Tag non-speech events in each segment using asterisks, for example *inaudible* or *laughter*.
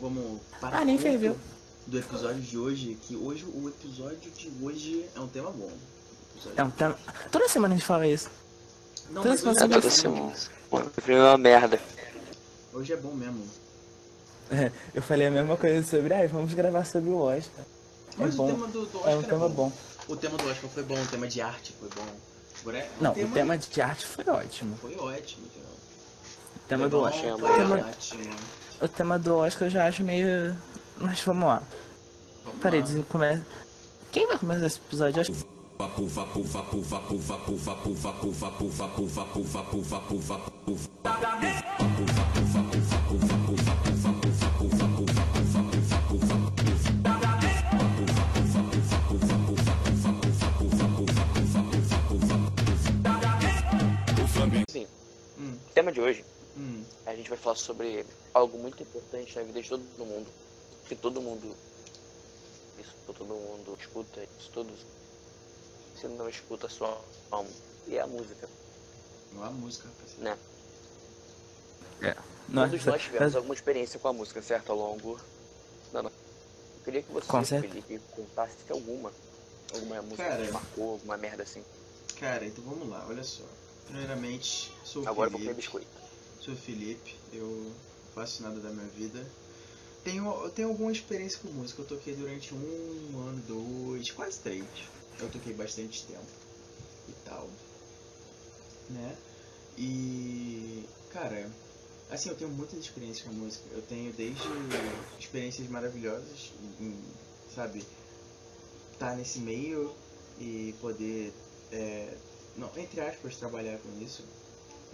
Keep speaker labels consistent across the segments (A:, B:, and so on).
A: Vamos para
B: Ah, nem
A: o
B: ferveu.
A: ponto Do episódio de hoje, que hoje o episódio de hoje é um tema bom. Episódio-
B: Então, tá- Toda semana a gente fala isso.
A: Não,
B: toda
A: mas hoje
B: semana
A: é
B: você
A: bom.
B: vai-
C: toda semana. Pô, o primeiro é uma merda.
A: Hoje é bom mesmo.
B: Eu falei a mesma coisa sobre, ah, vamos gravar sobre o Oscar.
A: Mas
B: bom.
A: o tema do, do Oscar
B: É um tema bom.
A: O tema do Oscar foi bom, o tema de arte foi bom. Agora, é-
B: Não, o tema de arte foi ótimo.
A: foi ótimo, entendeu?
B: O tema do
A: Foi
B: Oscar.
A: bom,
C: Oscar,
A: foi
B: mano.
A: ótimo.
B: O tema do Oscar eu já acho meio. Mas vamos lá.
A: Vamos
B: Peraí,
A: lá.
B: des- começa. Quem vai começar esse episódio? Eu acho que-
D: Vapo, vapo, vapo, vapo, vapo, vapo, vapo, vapo, vapo, vapo, vapo, vapo, vapo,
C: Assim,
A: Hum,
C: o tema de hoje,
A: hum.
C: a gente vai falar sobre algo muito importante na vida de todo mundo. Que todo mundo. Isso todo mundo escuta, isso todos. Se não escuta só alma. E é a música,
A: Não é a música, rapaz.
C: né?
B: Não, é
C: todos nós tivemos
B: mas-
C: alguma experiência com a música, certo? Ao longo. Não, não. Eu queria que você,
B: Com certeza.
C: Felipe, contasse alguma. Alguma música
A: Cara.
C: que te marcou, alguma merda assim.
A: Cara, então vamos lá, olha só. Primeiramente, sou o
C: Agora eu vou comer
A: Felipe.
C: biscoito.
A: Sou o Felipe, eu faço nada da minha vida. Tenho, eu tenho alguma experiência com música, eu toquei durante um ano, dois, quase três. Eu toquei bastante tempo e tal, né? E, cara, assim, eu tenho muitas experiências com música. Eu tenho desde experiências maravilhosas, em- em, sabe, estar nesse meio e poder, é, não, entre aspas, trabalhar com isso.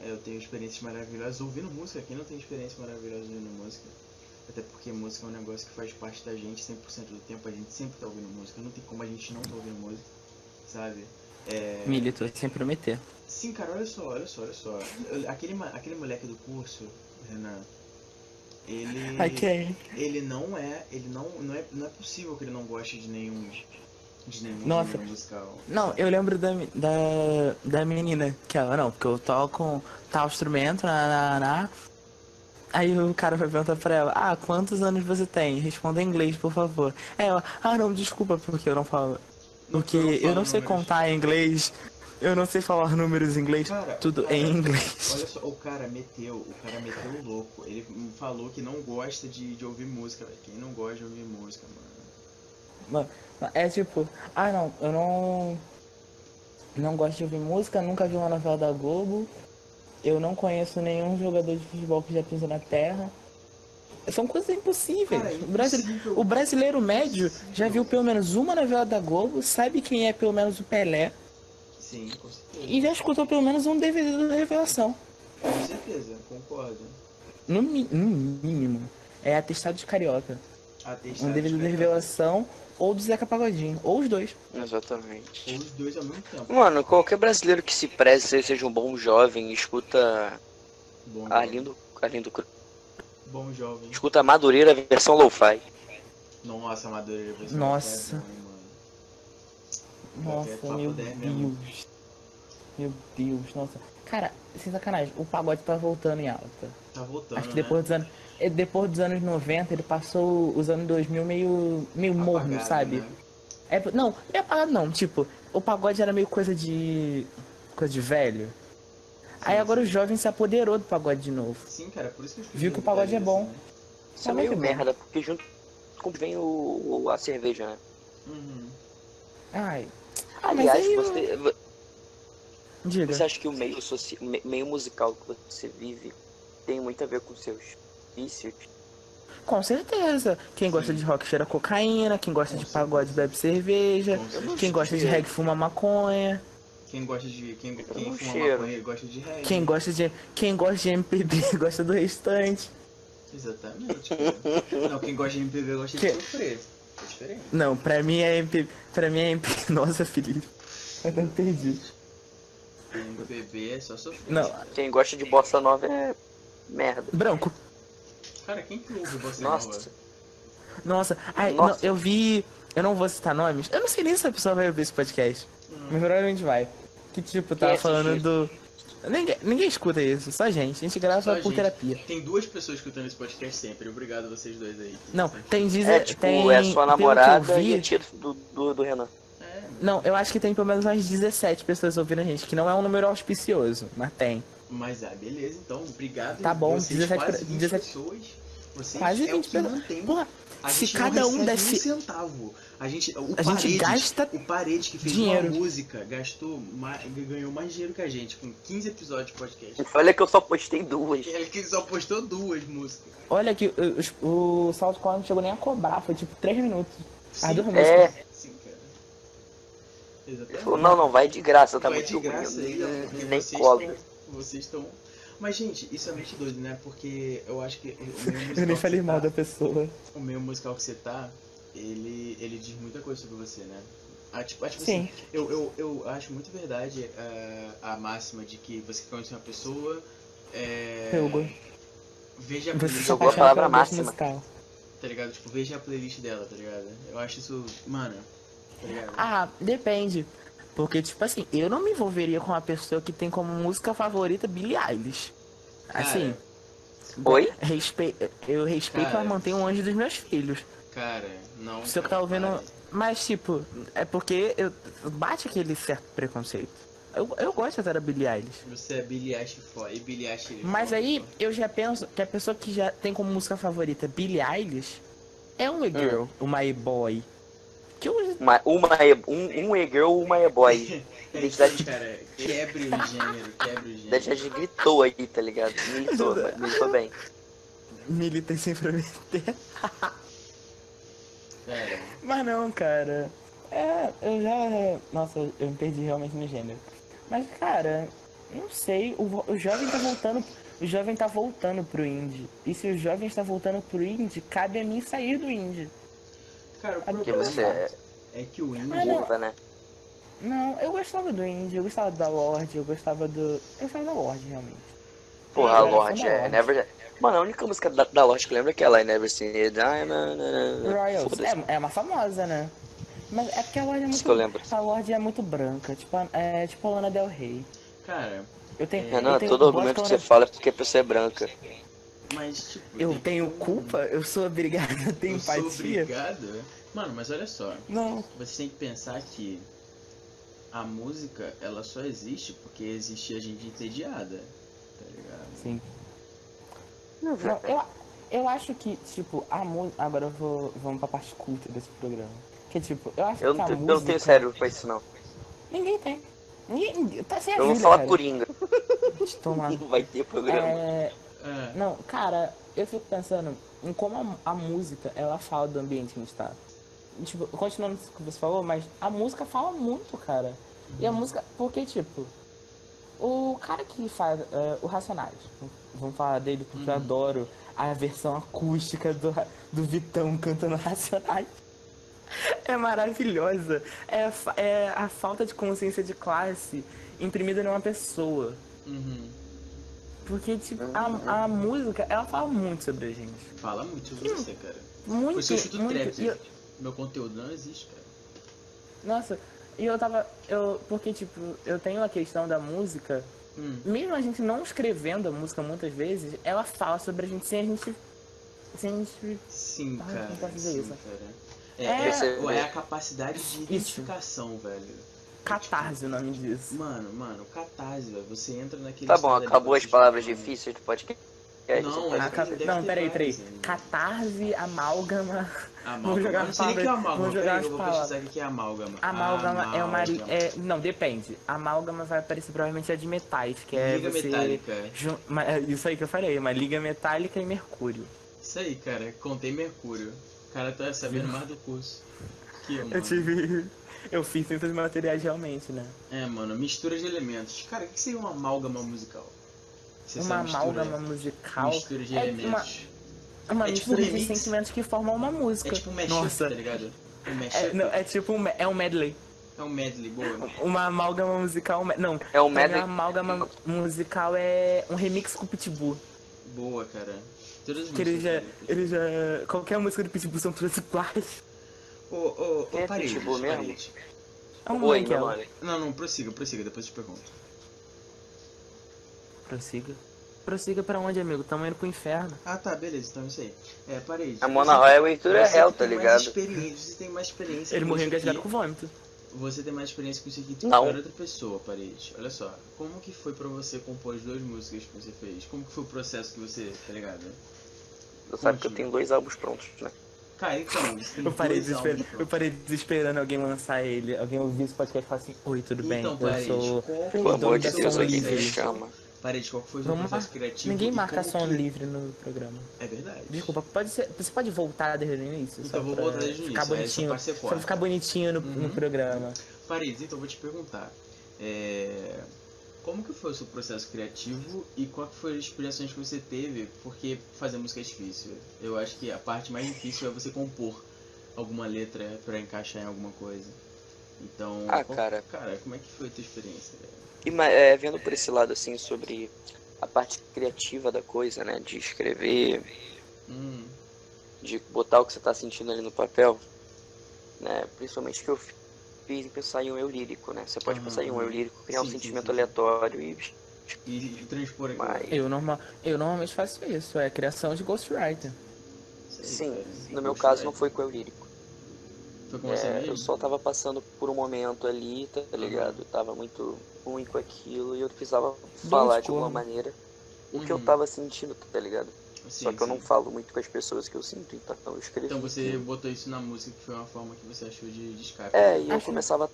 A: É, Eu tenho experiências maravilhosas ouvindo música. Quem não tem experiência maravilhosa ouvindo música? Até porque música é um negócio que faz parte da gente 100% do tempo. A gente sempre tá ouvindo música. Não tem como a gente não tá ouvindo música, sabe? É...
B: Milito, sem prometer.
A: Sim, cara, olha só, olha só, olha só. Eu- Aquele, ma- aquele moleque do curso, Renan, ele.
B: Ok.
A: Ele não é. Ele não, não é. Não é possível que ele não goste de nenhum. De nenhum
B: Nossa.
A: gênero musical.
B: Não, eu lembro da, me- da, da menina, que ela, não, porque eu toco um tal instrumento, na, na, na. Aí o cara vai perguntar pra ela, ah, quantos anos você tem? Responda em inglês, por favor. Aí ela, ah, não, desculpa, porque eu não falo. Porque
A: eu não falo
B: eu não sei
A: números.
B: contar em inglês, eu não sei falar números em inglês,
A: Cara,
B: tudo
A: cara,
B: em inglês.
A: Olha só, o cara meteu, o cara meteu o louco. Ele falou que não gosta de, de ouvir música, velho. Quem não gosta de ouvir música, mano?
B: É tipo, ah, não, eu não. Não gosto de ouvir música, nunca vi uma novela da Globo. Eu não conheço nenhum jogador de futebol que já pisou na terra. São coisas impossíveis.
A: Cara, é
B: o, brasile-
A: impossível.
B: o brasileiro médio já viu
A: Impossível.
B: pelo menos uma novela da Globo, sabe quem é pelo menos o Pelé
A: Sim, com certeza.
B: e já escutou pelo menos um DVD da Revelação.
A: Com certeza, concordo.
B: No, mi- no mínimo. É atestado de carioca.
A: Atestado
B: Um DVD da
A: de
B: Revelação ou do Zeca Pagodinho. Ou os dois.
C: Exatamente.
A: Ou Os dois ao mesmo tempo.
C: Mano, qualquer brasileiro que se preze, se ele seja um bom jovem, escuta
A: Bom,
C: Arlindo, Arlindo Cruz,
A: bom jovem.
C: ah, escuta Madureira versão lo-fi.
A: Nossa, Madureira. você
B: Nossa.
A: não sabe, mano.
B: Nossa,
A: Papo
B: meu
A: dez
B: Deus.
A: mesmo.
B: Meu Deus, nossa. Cara, sem sacanagem, o pagode tá voltando em alta.
A: Tá voltando,
B: Acho que depois
A: né?
B: dos anos. eh, Depois dos anos 90, ele passou os anos 2000 meio, meio morno,
A: Apagado,
B: sabe?
A: né?
B: É, não, é apagado não. Tipo, o pagode era meio coisa de. coisa de velho. Aí
A: Sim,
B: agora
A: sim.
B: o jovem se apoderou do pagode de novo.
A: Sim, cara, por isso que eu escutei
B: Viu que o
A: Madureira,
B: pagode é bom.
A: Né?
C: Isso é
B: Tá
C: meio
B: muito bom.
C: merda, porque junto com vem o, o- a cerveja, né?
A: Uhum.
B: Ai. Ah, mas
C: Aliás,
B: aí.
C: você,
B: Diga.
C: você acha que o meio, soci- o me- meio musical que você vive tem muito a ver com seus vícios?
B: Com certeza. Quem gosta
A: Sim.
B: de rock cheira cocaína, quem gosta
A: Com
B: de pagode bebe cerveja,
A: Com certeza.
B: quem gosta de
C: cheiro.
B: reggae fuma maconha.
A: Quem gosta de. Quem, quem
C: não
A: fuma
C: cheiro.
A: maconha gosta de né? reggae.
B: Quem gosta de, quem gosta de MPB *laughs* gosta do restante.
A: Exatamente. cara. Não, quem gosta de MPB gosta de
B: Que-
A: sofrer. É diferente.
B: Não, pra mim é MPB. Pra mim é MPB. *laughs* Nossa, Felipe. Eu não entendi.
A: MPB é só sofrer.
B: Não,
C: Quem gosta de bossa nova é merda.
B: branco.
A: Cara, quem que ouve bossa
C: Nossa,
A: nova?
B: Nossa, ai,
C: Nossa.
B: não, eu vi. Eu não vou citar nomes.
C: é
B: Eu não sei nem se a pessoa vai ouvir esse podcast. Mas provavelmente vai. Que tipo, tava
C: assistiu?
B: falando do. Ninguém, ninguém escuta isso, só a gente. A gente grava
A: Só a
B: por
A: gente.
B: terapia.
A: Tem duas pessoas escutando esse podcast sempre. Obrigado vocês dois aí.
B: Não, tem
C: É,
B: dizer.
C: tipo,
B: tem,
C: é
B: pelo
C: sua
B: que eu
C: namorada
B: vi-
C: e é tipo- a tia do, do, do Renan.
A: É,
B: Não, eu acho que tem pelo menos umas 17 pessoas ouvindo a gente, que não é um número auspicioso, mas tem.
A: mas ah, beleza, então. Obrigado.
B: Tá bom,
A: vocês
B: 17
A: quase
B: pra-
A: 20
B: 17
A: pessoas. Vocês
B: Quase
A: é o
B: 20
A: que
B: pessoas.
A: mantém.
B: Porra,
A: A
B: se
A: gente
B: cada
A: não
B: um
A: recebe
B: desse-
A: um centavo. A gente, o
B: A gente
A: Paredes,
B: gasta
A: o Paredes que fez
B: dinheiro.
A: uma música gastou mais, ganhou mais dinheiro que a gente com 15 episódios de podcast.
C: Olha que eu só postei duas.
A: Ele que só postou duas músicas.
B: olha que os- o South Park não chegou nem a cobrar, foi tipo 3 minutos. Ah,
A: Sim,
B: duas
A: cara.
B: músicas.
A: Sim, cara.
C: Ele
A: Exatamente.
C: falou, não, não, vai de graça, tá
A: Vai
C: muito
A: de graça
C: ruim,
A: aí,
C: eu
A: ó,
C: nem-
A: porque
C: nem
A: vocês
C: cobra.
A: estão- Vocês estão. Mas, gente, isso é muito doido, né? Porque eu acho que. o meio musical
B: Eu nem
A: que
B: falei
A: você
B: mal
A: tá-
B: da pessoa.
A: O meio musical que você tá, ele, ele diz muita coisa sobre você, né? Ah, tipo, ah, tipo
B: Sim.
A: assim, eu, eu, eu acho muito verdade ah, a máxima de que você quer conhecer uma pessoa. É,
B: Eu go-
A: veja a
B: Você
A: playlist
B: se
C: Eu vou
A: dela,
B: apaixona
C: palavra
B: pela gosto
C: máxima.
B: musical.
A: tá ligado? Tipo, veja a playlist dela, tá ligado? Eu acho isso. Mano, tá ligado?
B: Ah, depende. Porque, tipo assim, eu não me envolveria com uma pessoa que tem como música favorita Billie Eilish. Assim,
C: Oi?
B: respe... eu respeito,
A: Cara.
B: mas mantenho o anjo dos meus filhos.
A: Cara, não.
B: Você tá
A: cara,
B: ouvindo.
A: para.
B: Mas, tipo, é porque eu... bate aquele certo preconceito. Eu, eu gosto até da Billie Eilish.
A: Você é Billy Ash foda. E Billy Ash ele
B: Mas
A: foda, É
B: aí
A: pô.
B: eu já penso que a pessoa que já tem como música favorita Billie Eilish é um girl, uma e-boy. Que eu.
C: Uma, uma é, um, um é girl, uma
B: *laughs*
C: é boy.
A: É isso aí, cara. Quebre o gênero, quebre o
C: A
A: gênero.
C: gente gritou aí, tá ligado? Militou, mas
B: *laughs*
C: militou bem.
B: Militei sem prometer. *laughs*
A: Cara,
B: Mas não, cara. É, eu já. Nossa, eu eu me perdi realmente no gênero. Mas, cara, não sei. O, vo- o jovem tá voltando. O jovem tá voltando pro indie. E se o jovem está voltando pro indie, cabe a mim sair do indie.
A: cara o
B: Porque
C: Porque
A: problema
C: você é
A: é que o
B: Ah,
A: índio.
B: não.
C: burra, né?
B: Não, eu gostava do indie, eu gostava da Lorde, eu gostava do. Eu gostava da Lorde, realmente.
C: Porra, a
B: Não,
C: Lorde
B: não.
C: é Never. Mano, a única música da, da Lorde que eu lembro é aquela I Never Seen It. Ah, não, não, não.
B: Royals.
C: Foda-se.
B: É, é uma famosa, né? Mas é porque a Lorde é
C: Isso que eu
B: muito.
C: lembro.
B: A Lorde é muito branca, tipo, a- é tipo a Lana Del Rey.
A: Cara,
B: Eu tenho. eu
C: Renan,
B: tenho,
C: todo
B: eu gosto
C: argumento que
B: da
C: você
B: Lana-
C: fala é porque a pessoa é branca.
A: mas tipo.
B: Eu
A: tem
B: tenho
A: um-
B: culpa? Eu sou obrigado a ter
A: Eu sou
B: empatia?
A: obrigado. é. Mano, mas olha só.
B: Não.
A: Você tem que pensar que a música, ela só existe porque existe a gente entediada. Tá ligado?
B: Sim. Não, eu, eu acho que, tipo, a música. Agora eu vou. Vamos pra parte culta desse programa. Que tipo, eu acho
C: Eu
B: que a
C: não, tenho- eu
B: música.
C: não tenho cérebro pra isso, não.
B: Ninguém tem. Ninguém. Tá sem a
C: Eu vou
B: vida,
C: falar
B: cara.
C: Coringa. *laughs*
B: Toma.
C: Não vai ter programa.
B: É,
A: Ah,
B: não, cara, eu fico pensando em como a, a música ela fala do ambiente que a gente tá. E, Tipo, continuando o que você falou, mas a música fala muito, cara. E a música, porque, tipo, o cara que faz é, o Racionais, vamos falar dele porque eu
A: Uhum.
B: adoro a versão acústica do, Ra- do Vitão cantando Racionais. É maravilhosa. É, a fa- é a falta de consciência de classe imprimida numa pessoa.
A: uhum.
B: Porque, tipo, a, a música, ela fala muito sobre a gente.
A: Fala muito sobre você, cara.
B: Muito,
A: Por isso eu chuto
B: muito.
A: trap,
B: E eu-
A: gente. Meu conteúdo não existe, cara.
B: nossa, e eu tava... Eu, porque, tipo, eu tenho a questão da música.
A: Hum.
B: Mesmo a gente não escrevendo a música muitas vezes, ela fala sobre a gente sem a gente... Sem a gente...
A: Sim,
B: Ah,
A: cara.
B: não posso dizer
A: sim,
B: isso.
A: cara. É,
B: É-
A: é, é a capacidade de identificação, velho.
B: Catarse o nome disso.
A: Mano, mano, catarse, velho. Você entra naquele.
C: Tá bom,
A: estado ali
C: acabou
A: que
C: as
A: você
C: palavras
A: fala,
C: difíceis do podcast. tá
A: Não,
B: Ah,
A: mas-
B: ca-
A: deve
B: Não,
A: ter
B: peraí, peraí.
A: várias ainda.
B: Catarse, amálgama...
A: Amálgama.
B: Vou jogar
A: Eu não sei nem o que é
B: palavras-
A: amálgama.
B: vou jogar
A: Peraí,
B: as
A: eu vou
B: palavras.
A: pesquisar o que é Ah, amálgama.
B: Amálgama é uma...
A: Amálgama.
B: É, não, depende. Amálgama vai aparecer provavelmente a de metais, que é
A: Liga
B: você...
A: metálica.
B: Jun- ma- é Isso aí que eu falei, uma liga metálica e mercúrio.
A: Isso aí, cara. Contei Mercúrio. O cara tá sabendo mais do curso. Que eu, mano.
B: Eu tive. Eu fiz ciências materiais realmente, né?
A: É, mano, mistura de elementos. Cara, o que seria uma amálgama musical? Você
B: uma
A: sabe mistura-
B: amálgama musical.
A: Mistura de
B: é uma,
A: elementos.
B: uma
A: É tipo
B: mistura
A: um
B: de
A: remix.
B: sentimentos que formam uma música.
A: É tipo um mashup,
B: Nossa.
A: tá ligado? Um
B: É,
A: mashup.
B: não, é tipo um, me- é um medley.
A: É um medley, boa.
B: Uma amálgama musical. um me- Não,
C: É
B: pra
C: um
B: mim,
C: medley.
B: Uma amálgama musical é um remix com o Pitbull.
A: Boa, cara. Todas as
B: Que ele
A: músicas.
B: já,
A: cara.
B: ele já. Qualquer música do Pitbull são todas iguais.
A: Ô, ô, ô,
C: Quem é
A: parede,
C: Pitbull mesmo?
A: parede.
B: É um
C: Oi,
B: moleque,
C: meu
B: ela.
C: nome.
A: Não, não, prossiga, prossiga, depois eu te pergunto.
B: Prossiga. Prossiga pra onde, amigo? Tamo indo pro inferno.
A: Ah tá, beleza, então é isso aí. É, parei.
C: A Mona Highway tudo é
A: real,
C: real, tá ligado?
A: Você tem mais experiência.
B: Ele
A: com
B: morreu
A: isso aqui.
B: engasgado com vômito.
A: Você tem mais experiência com isso aqui do que
C: Não.
A: qualquer outra pessoa, parede. Olha só, como que foi pra você compor as duas músicas que você fez? Como que foi o processo que você, tá ligado?
C: Você sabe que eu tenho dois álbuns prontos, né?
A: Cara, então, você tem
B: Eu parei,
A: dois
B: desesper...
A: álbuns,
B: eu parei desesperando alguém lançar ele. Alguém ouvir esse podcast e falar assim: Oi, tudo bem?
A: Então,
B: eu
A: parede,
B: sou.
A: qual
C: Pelo
A: foi o
C: amor de
A: seu
C: Deus, alguém
A: processo?
C: me chama.
A: Parede, tipo, qual que foi o seu
B: Vamos lá.
A: processo criativo?
B: Ninguém
A: e
B: marca
A: como
B: som
A: que-
B: livre no programa.
A: É verdade.
B: Desculpa, pode ser- você pode voltar desde o início?
A: Então,
B: só
A: vou
B: pra
A: voltar desde o
B: Ficar
A: início, aí essa
B: bonitinho.
A: parte você
B: Pra
A: corta.
B: ficar bonitinho no, no
A: Uhum.
B: programa.
A: Paredes, então eu vou te perguntar. é, Como que foi o seu processo criativo e qual que foi as inspirações que você teve? Porque fazer música é difícil. Eu acho que a parte mais difícil é você compor alguma letra pra encaixar em alguma coisa. Então,
C: Ah,
A: qual-
C: cara.
A: cara, como é que foi a tua experiência? velho?
C: E ma- é, vendo por esse lado, assim, sobre a parte criativa da coisa, né? De escrever,
A: Hum,
C: de botar o que você tá sentindo ali no papel, né? Principalmente que eu fi- fiz em pensar em um eu lírico, né? Você pode
A: Aham,
C: pensar em um eu lírico, criar
A: Sim,
C: um
A: sim,
C: sentimento
A: sim, sim.
C: aleatório e
A: e transpor né? aquilo.
C: Mas-
B: Eu, norma... eu normalmente faço isso, é criação de ghostwriter.
A: Isso aí,
C: sim,
A: cara,
C: no meu
A: gostei.
C: caso não foi com eu lírico.
A: Foi com você
C: É,
A: mesmo?
C: eu só tava passando por um momento ali, tá ligado? Eu tava muito ruim com aquilo e eu precisava falar de alguma
B: corno.
C: maneira o que eu
A: Uhum.
C: tava sentindo, tá ligado?
A: Sim,
C: Só que eu
A: sim.
C: não falo muito com as pessoas que eu sinto, então eu escrevo.
A: Então você botou isso na música, que foi uma forma que você achou de, de escape.
C: É, e eu
B: Acho-
C: começava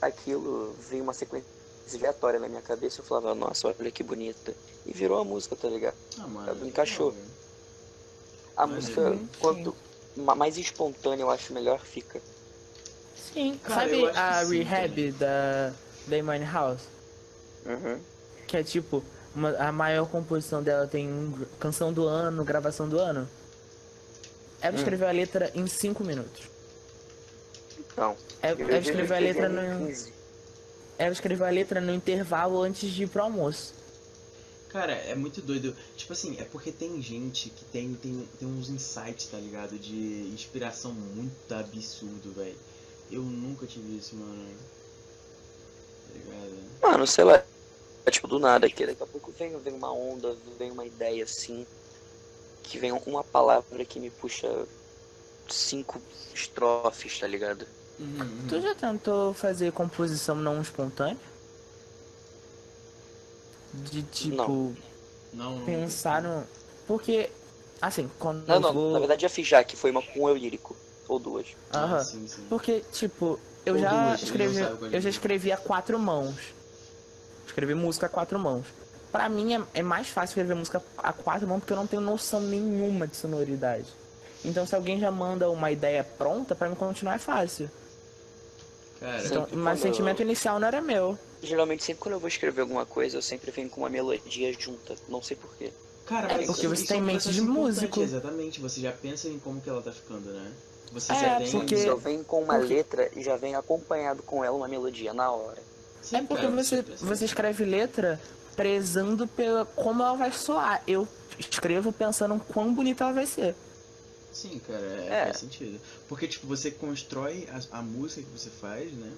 C: aquilo, vinha uma sequência aleatória na minha cabeça, eu falava, nossa, olha que bonita. E virou a música, tá ligado?
A: Ah, mano.
C: encaixou.
A: não, velho.
C: A
A: Maneiro.
C: música,
B: Uhum,
C: quanto ma- mais espontânea eu acho, melhor fica.
B: Sim,
A: Cara,
B: sabe
A: eu acho
B: a
A: que sim
B: rehab
A: também.
B: da Layman House?
A: Uhum.
B: Que é tipo, uma- a maior composição dela tem um gr- canção do ano, gravação do ano. Ela
C: Hum.
B: escreveu a letra em 5 minutos.
C: Então,
B: Ela,
C: eu
B: ela
C: já
B: escreveu a
C: escrevi
B: letra
C: em
B: no,
C: 15.
B: ela escreveu a letra no intervalo antes de ir pro almoço.
A: Cara, é muito doido. Tipo assim, é porque tem gente que tem, tem, tem uns insights, tá ligado? De inspiração muito absurdo, velho. Eu nunca tive isso, mano. Tá ligado?
C: Mano, sei lá, é tipo do nada, que daqui a pouco vem, vem uma onda, vem uma ideia assim, que vem uma palavra que me puxa cinco estrofes, tá ligado?
A: Uhum,
C: Hum.
A: uhum.
B: Tu já tentou fazer composição não espontânea? De tipo,
A: Não, não.
B: pensar no. Porque, assim, quando
C: Não,
B: eu
C: não,
B: vou.
C: na verdade já fiz já, que foi uma com um eu lírico, ou duas.
A: Ah,
B: Aham.
A: sim, sim.
B: Porque, tipo, eu
A: Ou
B: já
A: duas, ele não
B: escrevi.
A: sabe qual é
B: Eu já
A: a
B: escrevi a quatro mãos. Escrevi música a quatro mãos. Pra mim é, é mais fácil escrever música a quatro mãos porque eu não tenho noção nenhuma de sonoridade. Então se alguém já manda uma ideia pronta, pra mim continuar é fácil.
A: Cara,
C: Sim.
B: Então,
C: Sempre
B: mas o
C: quando-
B: sentimento inicial não era meu.
C: Geralmente sempre quando eu vou escrever alguma coisa, eu sempre venho com uma melodia junta, não sei porquê.
A: cara,
B: É
A: mas
B: porque
A: isso-
B: você
A: isso
B: tem
A: é um
B: mente de
A: processo importante,
B: músico.
A: Exatamente, você já pensa em como que ela tá ficando, né? Você
B: É,
A: já tem.
B: porque-
C: Se eu venho com uma
B: Por quê?
C: letra e já venho acompanhado com ela uma melodia na hora.
A: Sim,
B: É porque
A: cara, isso
B: você,
A: é interessante.
B: você escreve letra prezando pela como ela vai soar. Eu escrevo pensando em quão bonita ela vai ser.
A: Sim, cara, é,
C: É.
A: faz sentido. Porque, tipo, você constrói a, a música que você faz, né?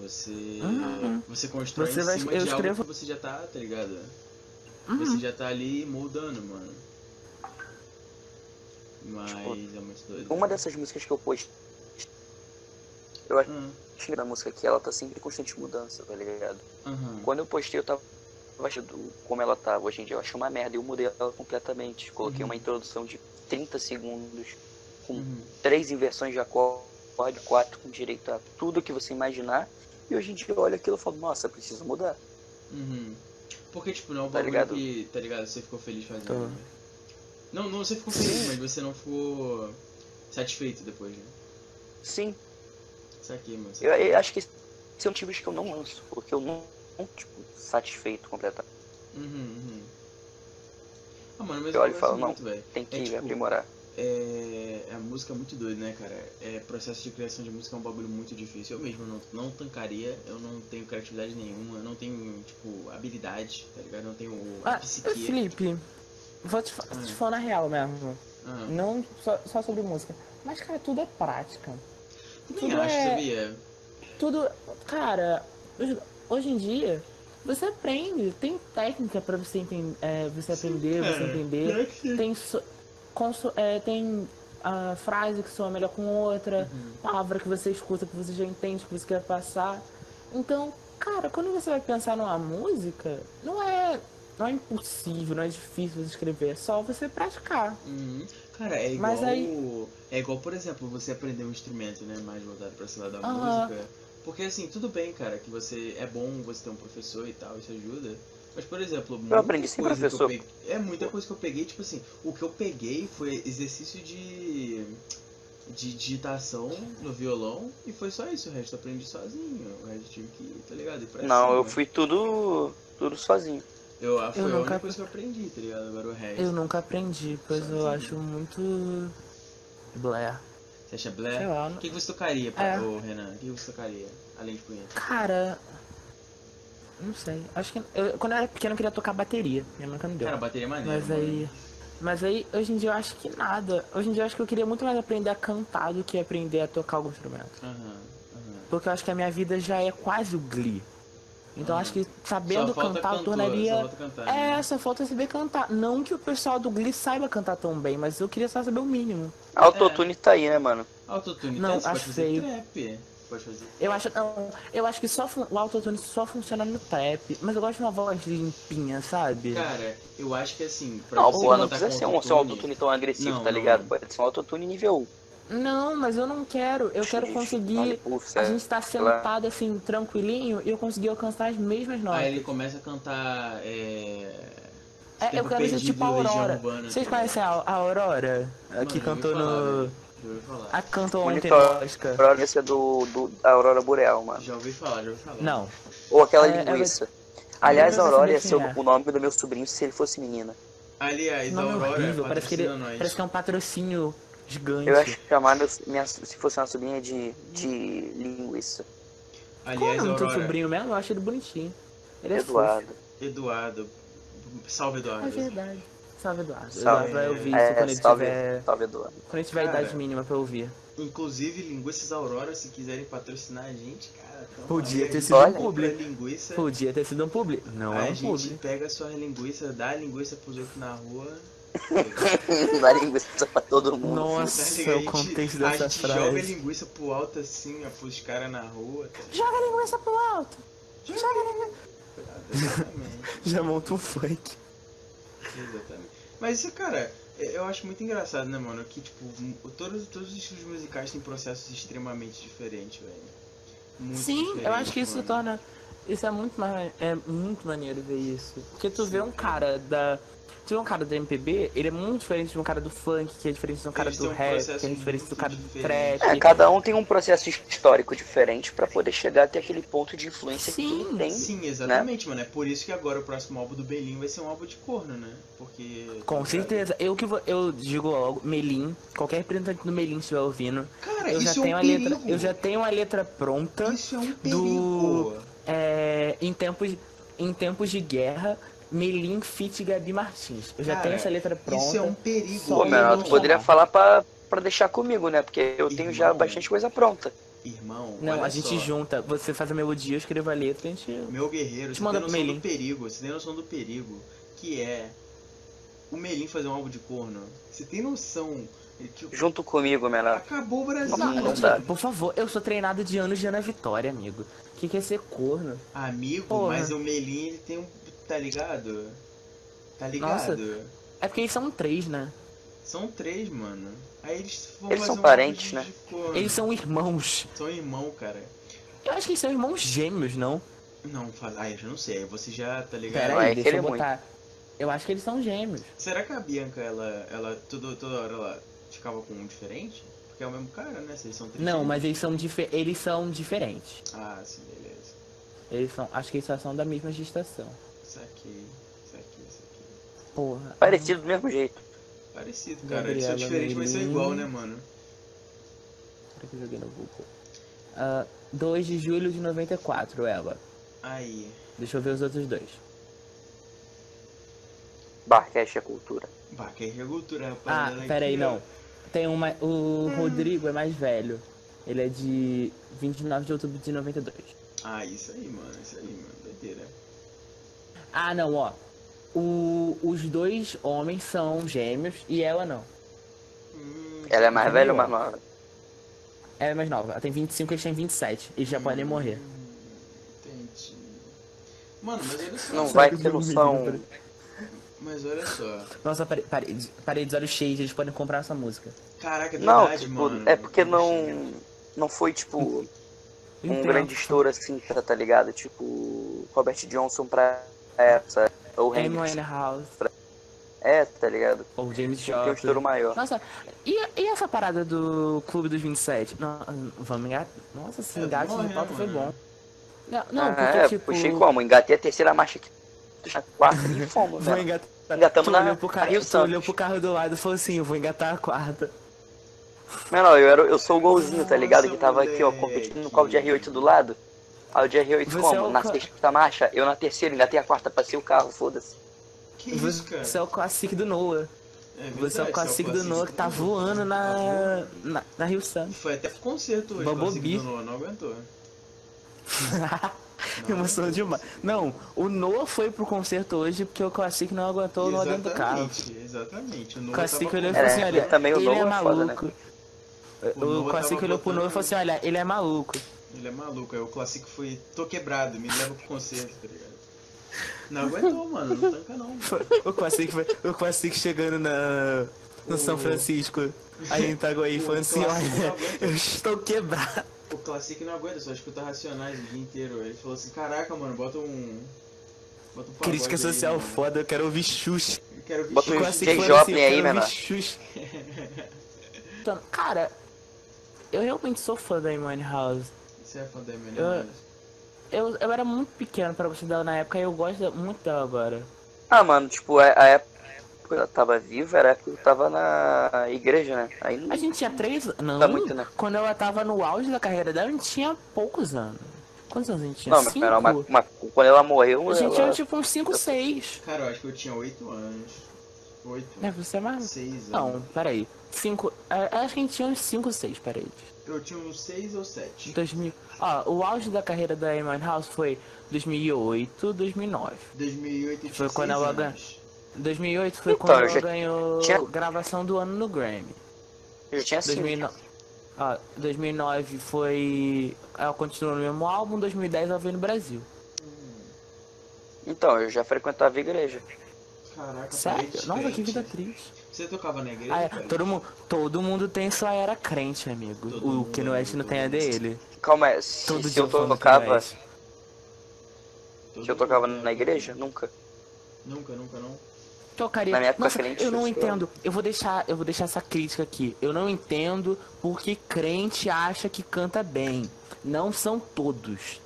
A: Você.
B: Uhum.
A: Você constrói
B: Você
A: em
B: vai-
A: cima
B: eu
A: de
B: escrevo-
A: algo que você já tá, tá ligado?
B: Uhum.
A: Você já tá ali moldando, mano. Mas é muito doido.
C: Uma dessas músicas que eu postei, eu acho
A: Aham,
C: que da música que ela tá sempre em constante mudança, tá ligado?
A: aham.
C: Quando eu postei, eu tava achando como ela tava. Hoje em dia eu acho uma merda. Eu mudei ela completamente. Coloquei
A: Uhum.
C: uma introdução de 30 segundos, com
A: Uhum.
C: três inversões de acorde, quatro com direito a tudo que você imaginar. E hoje em dia eu olho aquilo e falo, nossa, preciso mudar.
A: Uhum. Porque, tipo, não é um
C: Tá
A: bagulho
C: ligado?
A: que, tá ligado? Você ficou feliz fazendo.
B: Tô.
A: né? Não, não, você ficou feliz,
C: Sim.
A: mas você não ficou satisfeito depois, né?
C: Sim,
A: Isso aqui, mano.
C: eu, eu acho que são motivos que eu não lanço, porque eu não, não, tipo, satisfeito completamente.
A: Uhum, uhum. Ah, mano, mas
C: Eu
A: eu
C: olho e falo,
A: gosto muito, velho.
C: Tem que
A: É, tipo,
C: aprimorar.
A: É, a música é muito doida, né, cara? É, processo de criação de música é um bagulho muito difícil. Eu mesmo não, não tancaria, eu não tenho criatividade nenhuma, eu não tenho, tipo, habilidade, tá ligado? Eu não tenho a
B: Ah,
A: tipo psique.
B: Felipe, vou te, fa-
A: Hum.
B: te falar na real mesmo.
A: Ah,
B: Não só, só sobre música. Mas, cara, tudo é prática.
A: nem
B: tudo
A: acho,
B: é-
A: sabia?
B: Tudo. Cara, hoje- hoje em dia, Você aprende, tem técnica pra você, enten- é, você aprender, você entender.
A: É que-
B: Tem, so- conso- é, tem ah, frase que soa melhor com outra,
A: Uhum. É.
B: palavra que você escuta, que você já entende, que você quer passar. Então, cara, quando você vai pensar numa música, não é, não é impossível, não é difícil você escrever, é só você praticar.
A: Uhum. Cara, é igual.
B: Mas
A: É igual, por exemplo, você aprender um instrumento, né? Mais voltado pra esse lado da
B: Aham.
A: música. Porque assim, tudo bem, cara, que você. É bom você ter um professor e tal, isso ajuda. Mas, por exemplo, muita
C: aprendi sem
A: coisa que eu
C: professor.
A: peguei- É muita coisa que eu peguei, tipo assim, o que eu peguei foi exercício de. De digitação no violão e foi só isso, o resto eu aprendi sozinho. O resto eu tive que, tá ligado? Ir pra
C: Não,
A: cima.
C: eu fui tudo, tudo sozinho.
A: Eu, ah, foi a
B: nunca-
A: única coisa que eu aprendi, tá ligado? Agora o resto.
B: Eu nunca aprendi, pois eu
A: Sozinho.
B: acho muito. Blé.
A: Você acha
B: Sei
A: blé?
B: lá.
A: O
B: não-
A: que, que você tocaria,
B: É.
A: pra... ô, Renan? O que que você tocaria? Além de punheta.
B: Cara. Não sei. Acho que. eu- quando eu era pequeno eu queria tocar bateria. Minha mãe nunca me deu.
A: Cara, bateria é maneiro.
B: Mas aí. Mas aí, hoje em dia eu acho que nada. Hoje em dia eu acho que eu queria muito mais aprender a cantar do que aprender a tocar algum instrumento.
A: mano. Aham, aham.
B: Porque eu acho que a minha vida já é quase o Glee. Então eu acho que
A: Uhum. Só
B: sabendo
A: falta
B: cantar eu
A: cantor,
B: tornaria.
A: Só falta cantar, né?
B: É, só falta saber cantar. Não que o pessoal do Glee saiba cantar tão bem, mas eu queria só saber o mínimo.
A: É.
C: Autotune tá aí, né, mano?
A: Autotune,
B: Não,
A: tá? Você pode
B: acho
A: fazer
B: feio.
A: trap. Você pode fazer...
B: Eu acho, não, eu acho que só fun- o autotune só funciona no trap. Mas eu gosto de uma voz limpinha, sabe?
A: Cara, eu acho que assim... Pra
C: Não,
A: você
C: pô, não
A: cantar
C: precisa
A: com
C: ser um, ser um autotune tão agressivo,
A: Não,
C: tá
A: não,
C: ligado?
A: não.
C: Pode ser um autotune nível 1.
B: Não, mas eu não quero. Eu quero conseguir.
C: é,
B: A gente tá sentado assim, tranquilinho, e eu consegui alcançar as mesmas notas.
A: Aí ele começa a cantar... É...
B: É, eu
A: Tempo
B: quero ser
A: Perdido
B: tipo a
A: e Legião
B: Aurora.
A: Urbana,
B: Vocês
A: tá
B: conhecem a, a Aurora? A
A: Mano,
B: que
A: eu
B: cantou
A: ouvi falar,
B: no.
A: velho. Já ouvi falar.
B: A que cantou ontem no
C: Monitor,
B: Oscar.
C: a Aurora ser do, do da Aurora Boreal, mano.
A: Já ouvi falar, já ouvi falar.
B: Não.
C: Ou aquela
B: É, ela-
C: linguiça. Aliás,
B: Eu não sei
C: Aurora ia
B: quem
C: ser
B: é.
C: o, o nome do meu sobrinho se ele fosse menina.
A: Aliás,
B: Esse
A: a
B: nome é
A: Aurora
B: horrível. Parece que, ele,
A: patrocina nós.
B: parece que é um patrocínio gigante.
C: Eu acho que chamar meu, minha, se fosse uma sobrinha de, de linguiça.
B: Qual é o
A: Aliás,
B: nome do seu
A: Aurora,
B: sobrinho mesmo? Eu acho ele bonitinho. Ele é
C: Eduardo.
A: Eduardo. Salve,
B: fofo. É
A: Eduardo.
B: verdade. Salve, Eduardo.
C: Salve.
B: Eduardo vai ouvir isso
C: É,
B: quando ele
C: salve,
B: tiver.
C: salve Eduardo. *laughs*
B: Quando ele tiver a
A: Cara.
B: idade mínima pra ouvir.
A: Inclusive, Linguiças Aurora, se quiserem patrocinar a gente, cara... tamo
B: Podia
A: aí,
B: ter
A: a
B: sido
A: gente
B: um
A: compra
B: publi.
A: Linguiça.
B: Podia ter sido um publi. Não
A: Aí
B: é
A: a
B: um
A: gente
B: publi.
A: pega sua linguiça, dá a linguiça pros outros na rua.
C: Dá linguiça pra todo mundo.
B: Nossa, é
A: Tá ligado?
B: o contexto
A: a
B: dessa
A: gente
B: frase.
A: joga a linguiça pro alto assim, ó, pros caras na rua. Tá
B: Joga a linguiça pro alto. Joga a linguiça.
A: ligado? Exatamente. *laughs*
B: Já monta um funk.
A: Exatamente. Mas isso, cara, é- eu acho muito engraçado, né, mano? Que, tipo, m- todos, todos os estilos musicais têm processos extremamente diferentes, velho. Muito
B: Sim, eu acho que
A: diferentes,
B: isso
A: mano.
B: torna. Isso é muito, ma- é muito maneiro ver isso. Porque tu vê um cara da. Tu vê um cara da MPB, ele é muito diferente de um cara do funk, que é diferente de um cara
A: Eles
B: do
A: têm um
B: rap, que
A: processo
B: é diferente do
A: muito
B: cara do
A: diferente.
B: trap.
C: É, cada um tem um processo histórico diferente pra poder chegar até aquele ponto de influência que
B: Sim,
C: tu tem.
A: Sim, exatamente, mano. É por isso que agora o próximo álbum do Belinho vai ser um álbum de corno, né? Porque.
B: Com certeza. Eu que vou, eu digo logo, Melim, qualquer representante do Melim estiver ouvindo,
A: Cara,
B: eu já
A: isso é
B: tenho
A: um
B: a letra.
A: perigo.
B: Eu já tenho a letra pronta.
A: Isso é um perigo.
B: perigo. É, em, tempos, em tempos de guerra, Melim Fit Gabi Martins. Eu já
A: Cara,
B: tenho essa letra pronta.
A: Isso é um perigo.
B: Só
C: Pô, meu,
B: Irmão.
C: tu poderia falar pra, pra deixar comigo, né? Porque eu tenho já
A: Irmão.
C: bastante coisa pronta.
A: Irmão,
B: Não,
A: olha
B: a gente
A: só.
B: junta. Você faz a melodia, eu escrevo a letra e a gente.
A: Meu guerreiro,
B: Te
A: você
B: manda
A: tem
B: pro
A: noção do
B: Melim.
A: perigo, você tem noção do perigo, que é o Melim fazer um álbum de corno. Você tem noção que
C: Junto comigo, menor.
A: acabou o Brasil, Tipo,
C: Não,
A: mano.
C: não dá.
B: Por favor, eu sou treinado de anos de Ana Vitória, amigo. O que, que é ser corno?
A: Amigo,
B: Porra.
A: mas o Melim, ele tem um... Tá ligado? Tá ligado?
B: Nossa. É porque eles são três, né?
A: São três, mano. Aí eles vão
C: Eles
A: fazer
C: são
A: um
C: parentes, né?
A: álbum de- de corno.
B: Eles são irmãos.
A: São irmão, cara.
B: Eu acho que eles são irmãos gêmeos, não?
A: Não, faz... Ai, eu já não sei, você já, tá ligado?
B: Pera
C: vai
B: aí, deixa
C: querer
B: eu botar. Eu acho que eles são gêmeos.
A: Será que a Bianca, ela, ela toda, toda hora ela ficava com um diferente? Porque é o mesmo cara, né? Se eles são três.
B: Não, mas eles são, dife- eles são diferentes.
A: Ah, sim, beleza.
B: Eles são. Acho que eles só são da mesma gestação.
A: Saquei, saquei, saquei.
B: Porra.
C: Parecido do mesmo jeito.
A: Parecido, cara. Eles são
B: Gabriela
A: diferentes, mas são
B: Melim.
A: igual, né, mano?
B: Será que eu joguei no Google? Ah, 2 de julho de 94, ela.
A: Aí.
B: Deixa eu ver os outros dois.
C: Barcast é cultura.
A: Bah, que é cultura,
B: Ah,
A: rapaz.
B: peraí, não. Tem uma. O Rodrigo é mais velho. Ele é de 29 de outubro de 92.
A: Ah, isso aí, mano. Isso aí, mano. Doideira.
B: Ah, não, ó. O- os dois homens são gêmeos e ela não.
A: Hum,
C: Ela é mais velha ou mais nova?
B: Ela é mais nova. Ela tem 25, eles têm 27. Eles já
C: Hum.
B: podem morrer.
A: entendi. Mano, mas olha só.
C: Não
A: só- um
C: vai ter noção.
A: Mas olha só.
B: Nossa, parei, parei, parei dos olhos cheios, eles podem comprar essa música.
A: Caraca, é
C: Não,
A: verdade,
C: tipo,
A: mano.
C: é porque não. Não foi, tipo, um
E: Entendo.
C: grande estouro assim, tá tá ligado? Tipo, Robert Johnson pra essa. Ou
E: Amy
B: né?
C: Hendrix.
E: Winehouse.
C: É, tá ligado?
B: Ou James
C: Tem um estouro
B: Joplin.
C: maior.
B: Nossa, e, e essa parada do Clube dos 27? Não, vamos engatar. Nossa, se
A: É,
B: engatar
A: morre,
B: no
A: né,
B: papo foi
A: mano?
B: bom. Não, não
C: Ah,
B: porque
C: é,
B: tipo.
C: puxei como? Engatei a terceira marcha aqui. A quarta e fomos,
B: Vou
C: né?
B: engatar.
C: Engatamos
B: tu
C: na-
B: olhou pro
C: na
B: cara,
C: Rio
B: tu
C: Santos.
B: olhou pro carro do lado e falou assim, eu vou engatar a quarta.
C: Menor, eu, era, eu sou o golzinho, tá ligado?
A: Nossa,
C: Que tava aqui, ó,
A: moleque.
C: competindo com o de R8 do lado. Aí o de R8
B: Você
C: como?
B: é o
C: na
B: ca-
C: sexta marcha, eu na terceira, engatei a quarta, passei o carro, foda-se.
A: Que isso, cara?
B: Você é o classic do Noah.
A: É verdade,
B: Você é o classic do Noah que tá
A: Noah.
B: voando na. na, na Rio Santos. *laughs*
A: Foi até pro concerto hoje,
B: Bumblebee.
A: classic do Noah, não
B: *laughs*
A: aguentou. Não
B: Emoção demais. Não, o Noah foi pro concerto hoje porque o Classic não aguentou o Noah dentro do carro.
A: Exatamente, exatamente. O Noah
B: O Classic
A: tava
B: olhou e
A: com-
B: falou
C: É,
B: assim, olha,
C: também o
B: ele
C: Noah
B: é
C: é foda, né?
B: maluco.
A: O Noah
B: O Classic
A: tava
B: olhou pro Noah e
A: botando-
B: falou assim, olha, ele é maluco.
A: Ele é maluco, aí o clássico foi, tô quebrado, me leva pro concerto, tá ligado? Não aguentou, mano, não tanca não. mano.
B: O Classic, foi, o Classic chegando na, no
A: O-
B: São Francisco, aí em Itaguaí,
A: O
B: falando assim,
A: Classic
B: olha,
A: não aguenta.
B: eu estou quebrado.
A: O Classic não aguenta, só escuta Racionais o dia inteiro. Ele falou assim, caraca, mano, bota um... Bota um pagode
B: Crítica
A: aí,
B: social
A: mano.
B: foda, eu quero ouvir Xuxa.
A: Eu quero ver
C: Bota
B: O
C: um
A: Xuxa.
B: Classic
C: DJ
A: *laughs*
B: falando assim,
C: Joplin
B: eu
C: aí,
B: quero ouvir
C: menor.
B: Xuxa. Então, Cara, eu realmente sou fã da Amy House.
A: Você é fã da Emily
B: Eu-
A: Harris?
B: Eu, eu era muito pequeno pra gostar dela na época e eu gosto muito dela agora.
C: Ah, mano, tipo, a, a época que eu tava viva era a época que eu tava na igreja, né? Aí não
B: A gente tinha três anos.
C: tá muito, né?
B: Quando ela tava no auge da carreira dela, a gente tinha poucos anos. Quantos anos a gente tinha?
C: Não, mas
B: cinco?
C: era uma, uma- quando ela morreu,
B: A gente
C: ela... tá
B: tinha tipo uns 5, 6.
A: Cara, eu acho que eu tinha 8 anos. 8,
B: Né, você é mais.
A: 6 anos.
B: Não, peraí. 5. Acho que a gente tinha uns 5, 6, peraí.
A: Eu tinha uns 6 ou 7.
B: 2000. Ó, o auge da carreira da Amy House foi 2008, 2009.
A: 2008 eu
B: Foi
A: tinha
B: quando
A: 6
B: ela
A: anos.
B: ganha. 2008 foi
C: Então,
B: quando
C: eu
B: ela
C: já
B: ganhou
C: tinha- Assim,
B: gravação do ano no Grammy.
C: já tinha sido.
B: 2009, ah, 2009 foi. Ela continuou no mesmo álbum, 2010 ela veio no Brasil.
C: Então, eu já frequentava a igreja.
A: Caraca,
B: Sério?
A: parei de
B: Nossa, que
A: crente.
B: vida triste.
A: Você tocava na igreja?
B: Ah, é,
A: cara?
B: todo, mundo, todo mundo tem sua era crente, amigo.
A: Todo
B: o
A: mundo,
B: Kanye West não
A: todo
B: tem a
A: mundo.
B: dele.
C: Calma aí, se,
B: Todo
C: se
B: dia
C: eu
B: falando do Kanye
C: tocava.
B: West.
A: Todo
C: Se eu tocava
A: mundo,
C: na
A: né?
C: igreja? Nunca.
A: Nunca, nunca não.
B: Tocaria.
C: Na minha época,
B: Nossa,
C: crente né?
B: eu não
C: foi
B: entendo. Eu vou deixar, eu vou deixar essa crítica aqui. Eu não entendo porque crente acha que canta bem. Não são todos.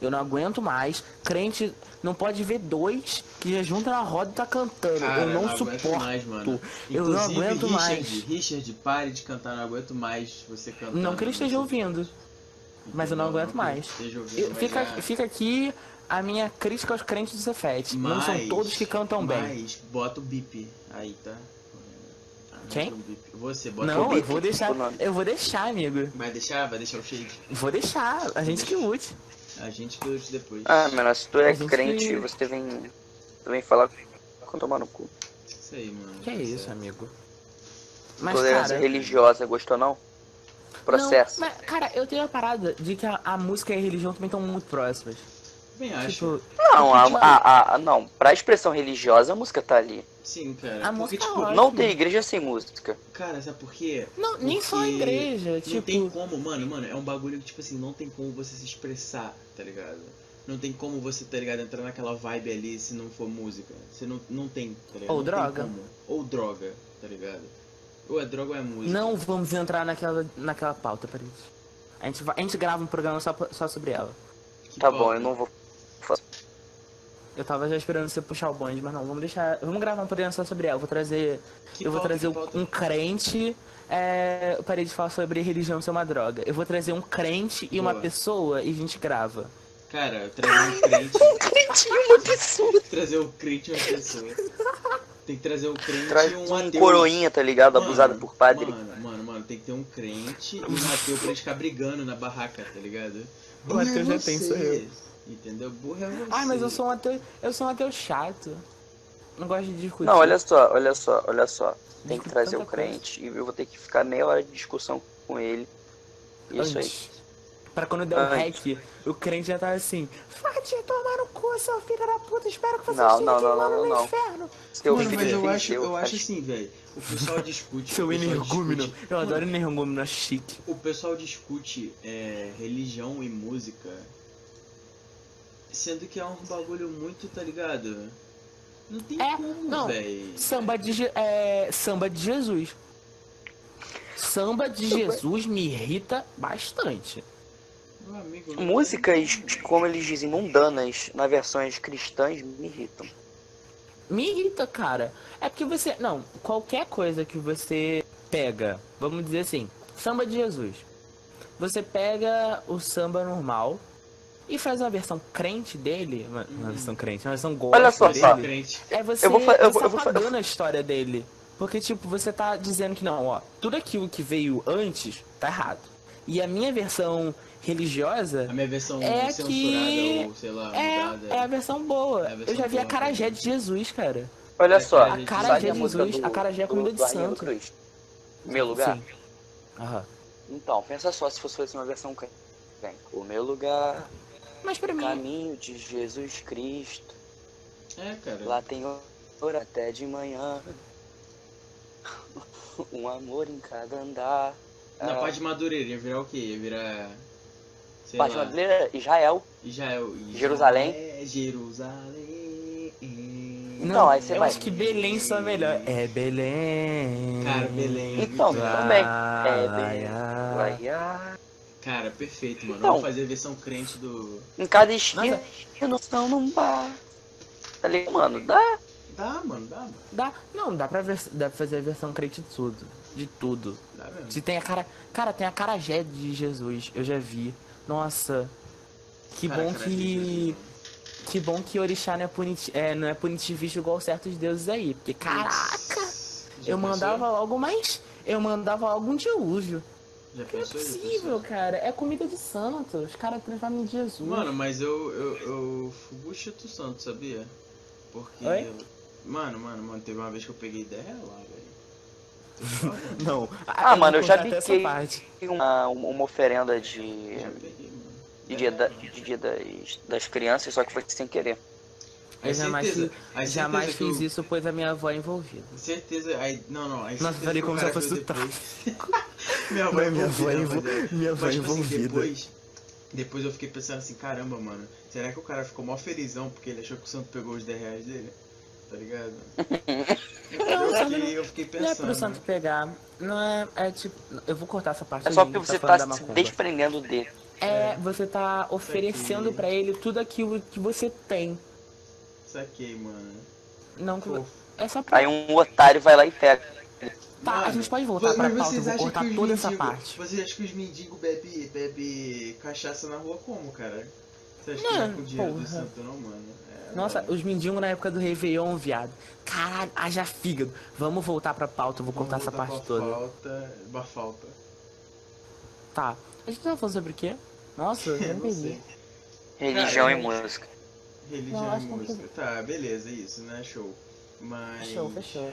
B: Eu não aguento mais. Crente não pode ver dois que já junta na roda e tá cantando.
A: Cara,
B: eu não,
A: aguento
B: suporto.
A: mais, mano.
B: Eu não
A: Inclusive,
B: aguento
A: Richard,
B: mais.
A: Richard, pare de cantar, não aguento mais você cantando.
B: Não que ele esteja ouvindo. mas eu não aguento
A: que
B: mais.
A: ele esteja ouvindo,
B: Eu-
A: mas é.
B: fica,
A: já-
B: fica aqui a minha crítica aos crentes do Cefete. Não são
A: Mas-
B: todos que cantam bem.
A: Mas bota o bip aí, tá? Ah, bota
B: Quem?
A: um bip. Você, bota o
B: Não, eu
A: bip.
B: vou deixar.
C: tipo, não.
B: Eu vou deixar, amigo.
A: Vai deixar? Vai deixar o shade?
B: Vou deixar. A gente que lute.
A: A gente curte depois.
C: Ah, menor, se tu
B: A
C: é
B: gente-
C: crente, você vem. Tu vem falar com tomar no cu.
A: Isso aí, mano.
B: Que é isso, amigo. Mas,
C: Tolerância
B: cara.
C: religiosa, gostou não? Processo.
B: Não, mas, cara, eu tenho a parada de que a, a música e a religião também estão muito próximas.
A: Bem, acho.
B: Tipo,
C: Não, a,
B: Mano.
C: a, a- não, pra expressão religiosa a música tá ali.
A: Sim, cara.
B: A
A: Porque,
B: música
A: tipo,
B: é
C: Não tem igreja sem música.
A: cara, sabe por quê?
B: não, nem só a
A: Porque
B: igreja.
A: Não tem
B: Tipo,
A: como, mano, mano, é um bagulho que, tipo assim, não tem como você se expressar, tá ligado? Não tem como você, tá ligado, entrar naquela vibe ali se não for música. Você não, não tem, tá ligado?
B: Ou
A: Não tem
B: droga.
A: como. Ou droga, tá ligado? Ou é droga ou é música.
B: não vamos entrar naquela, naquela pauta, peraí. A gente, vai- a gente grava um programa só, só sobre ela.
A: Que
C: Tá
A: pau,
C: bom, eu
A: né?
B: *laughs*
C: não vou.
B: Eu tava já esperando você puxar o bonde, mas não, vamos deixar. Vamos gravar um programa só sobre ela. Eu vou trazer.
A: Que
B: eu vou
A: pauta,
B: trazer
A: que pauta?
B: um crente. É, eu parei de falar sobre religião ser uma droga. Eu vou trazer um crente e uma
A: Boa.
B: pessoa e a gente grava.
A: Cara, trazer um crente. *laughs* trazer o crente é uma pessoa. Tem que trazer o crente
C: Traz
A: e um,
C: um
A: ateu.
C: coroinha, tá ligado?
A: Mano,
C: Abusado por padre.
A: Mano, mano, mano, tem que ter um crente e um ateu pra eles ficar brigando na barraca, tá ligado?
E: O ateu já tem, sou eu.
A: Entendeu? Burro é você.
B: Ai, mas eu sou um ateu. Eu sou um ateu chato. Não gosto de discutir.
C: Não, olha só, olha só, olha só. Tem que
B: Discutir
C: trazer o
B: tanta coisa.
C: crente e eu vou ter que ficar meia hora de discussão com ele. Isso aí.
B: Antes. Pra quando der um hack,
C: Antes.
B: o crente já tava assim, vai te tomar no cu, seu filho da puta, espero que você
C: Não,
B: esteja
C: não, não,
B: queimando
C: não,
B: no
C: não.
B: inferno.
C: Se eu
A: Mano, mas eu acho,
C: defender o
A: eu acho
C: cara-
A: assim, velho. O *laughs* pessoal discute. o
B: Seu
A: pessoal
B: energúmeno.
A: discute-
B: Eu
A: Mano,
B: adoro energúmeno, é chique.
A: O pessoal discute é, religião e música, sendo que é um bagulho muito, tá ligado? Não tem
B: É,
A: como,
B: não.
A: velho.
B: Samba de, Je- é, samba de Jesus. Samba de Jesus me irrita bastante.
A: É, Meu amigo, não
C: Músicas,
A: tem como.
C: como eles dizem, mundanas, nas versões cristãs, me irritam.
B: Me irrita, cara. É porque você. Não, qualquer coisa que você pega, vamos dizer assim, samba de Jesus. Você pega o samba normal e faz uma versão crente dele. Uma, uma
A: Hum.
B: versão crente, uma versão gospel
C: Olha só,
A: Tem
B: dele.
C: Fábio.
A: crente.
B: É você,
C: Eu vou fa- eu vou-
B: você
C: eu vou fa-
B: apagando a história dele. Porque, tipo, você tá dizendo que não, ó, tudo aquilo que veio antes tá errado. E a minha versão religiosa
A: A minha versão
B: É
A: censurada
B: que-
A: ou sei lá, mudada.
B: é, é a versão boa.
A: É a versão
B: eu já vi
A: boa,
B: a Carajé
A: cara.
B: de Jesus, cara.
C: Olha
A: É,
C: só,
A: cara,
B: A
A: gente,
B: cara
C: sabe
B: de
C: a música
B: Jesus,
C: do-
B: a Carajé é
C: do-
B: comida de
C: do Arlindo
B: santo.
C: Cruz? Meu lugar?
B: Sim. Aham.
C: Então, pensa só se fosse fosse uma versão crente. O meu lugar,
B: Mas pra mim,
C: caminho de Jesus Cristo.
A: É, cara.
C: Lá tem hora até de manhã. *laughs* Um amor em cada andar.
A: Na
C: Ah,
A: parte de Madureira ia virar o quê? Ia virar. Sei
C: Parte
A: lá.
C: brasileira, Israel.
A: Israel. Israel-
C: Jerusalém?
A: É, Jerusalém.
B: não,
C: Não, aí você
B: eu
C: vai.
B: acho que Belém só é melhor. É Belém.
A: Cara, Belém. Tá.
C: Então,
A: muito
C: também.
A: bom.
C: É, Belém.
B: Belém.
C: Vai, ah.
A: Cara, perfeito, mano.
C: Então.
A: Vamos fazer a versão crente do.
C: Em cada esquina, eu não sou num bar. Tá ligado? Mano, dá.
A: Dá, mano, dá, mano.
B: Dá, não, dá pra, vers- dá pra fazer a versão crente de tudo. De tudo.
A: Dá mesmo.
B: Se tem a cara. Cara, tem a carajé de Jesus, eu já vi. Nossa. Que
A: Cara,
B: bom
A: cara,
B: que.
A: Jesus, mano.
B: Que bom que Orixá não é, puniti... é, não é punitivista igual certos deuses aí. Porque, caraca!
A: Putz, já
B: Eu
A: pensou?
B: mandava logo mais. Eu mandava logo um dilúvio.
A: Já
B: Que não é
A: pensou, já
B: possível,
A: pensou?
B: cara. É comida de santo. Os caras transformam em Jesus.
A: Mano, mas eu. Eu, eu fugo o Chito Santo, sabia? Porque.
B: Oi?
A: eu- Mano, mano, mano, teve uma vez que eu peguei ideia lá, velho. Tô falando,
B: Não.
C: Ah, mano, eu já
B: vi
C: biquei. Uma, uma oferenda de,
A: já peguei, mano.
C: de É. dia, da- de dia das, das crianças, só que foi sem querer.
A: É
B: Eu jamais,
A: certeza,
B: fiz-
A: é
B: jamais
A: certeza que
B: fiz
A: eu-
B: isso, pois a minha avó é envolvida.
A: Certeza, aí, não, não, aí
B: Nossa,
A: certeza
B: falei
A: que o
B: como se
A: cara
B: eu fosse
A: veio
B: do tráfico.
A: depois. minha avó
B: Mas minha avó
A: envolvida,
B: envol- *laughs*
A: mas é-
B: minha avó
A: mas, tipo assim,
B: envolvida.
A: depois, depois eu fiquei pensando assim, caramba, mano, será que o cara ficou mó felizão porque ele achou que o santo pegou os 10 reais dele? Tá
C: *laughs*
A: ligado?
B: Não,
A: eu,
B: sabe, não-
A: fiquei, eu fiquei
B: Não é pro
A: pensando. né?
B: santo pegar. Não é. É tipo. Eu vou cortar essa parte.
C: É só
B: do
C: porque
B: link,
C: você
B: falando
C: tá
B: da
C: se
B: macumba.
C: desprendendo dele.
B: É, você tá
A: Isso
B: oferecendo
A: aqui.
B: pra ele tudo aquilo que você tem.
A: Saquei, mano.
B: Não que.
A: Pô,
B: É só pra.
C: Aí um otário vai lá e pega.
B: Tá, a
A: mano,
B: gente pode voltar pra
A: mas
B: pauta. Eu
A: vocês
B: vou
A: acham
B: cortar
A: que os
B: toda essa
A: mendigos-
B: parte.
A: Vocês acham que os mendigos bebem bebe cachaça na rua como, cara? Você acha que
B: Não,
A: não é com o dinheiro do
B: porra.
A: santo, não, mano? É,
B: Nossa,
A: mano.
B: os mendigos na época do Réveillon, viado. Caralho, haja fígado. Vamos voltar pra pauta, eu vou cortar essa parte toda.
A: Falta, uma falta.
B: Tá. A gente tava falando sobre o quê? Nossa, eu
A: *laughs* Eu
B: não
A: não sei.
B: entendi.
C: Religião
B: é
A: Cara,
C: e música.
A: Religião
B: Não,
A: e
B: acho que não
A: música. Tá, beleza, isso, né? Show. Mas.
B: Fechou, fechou.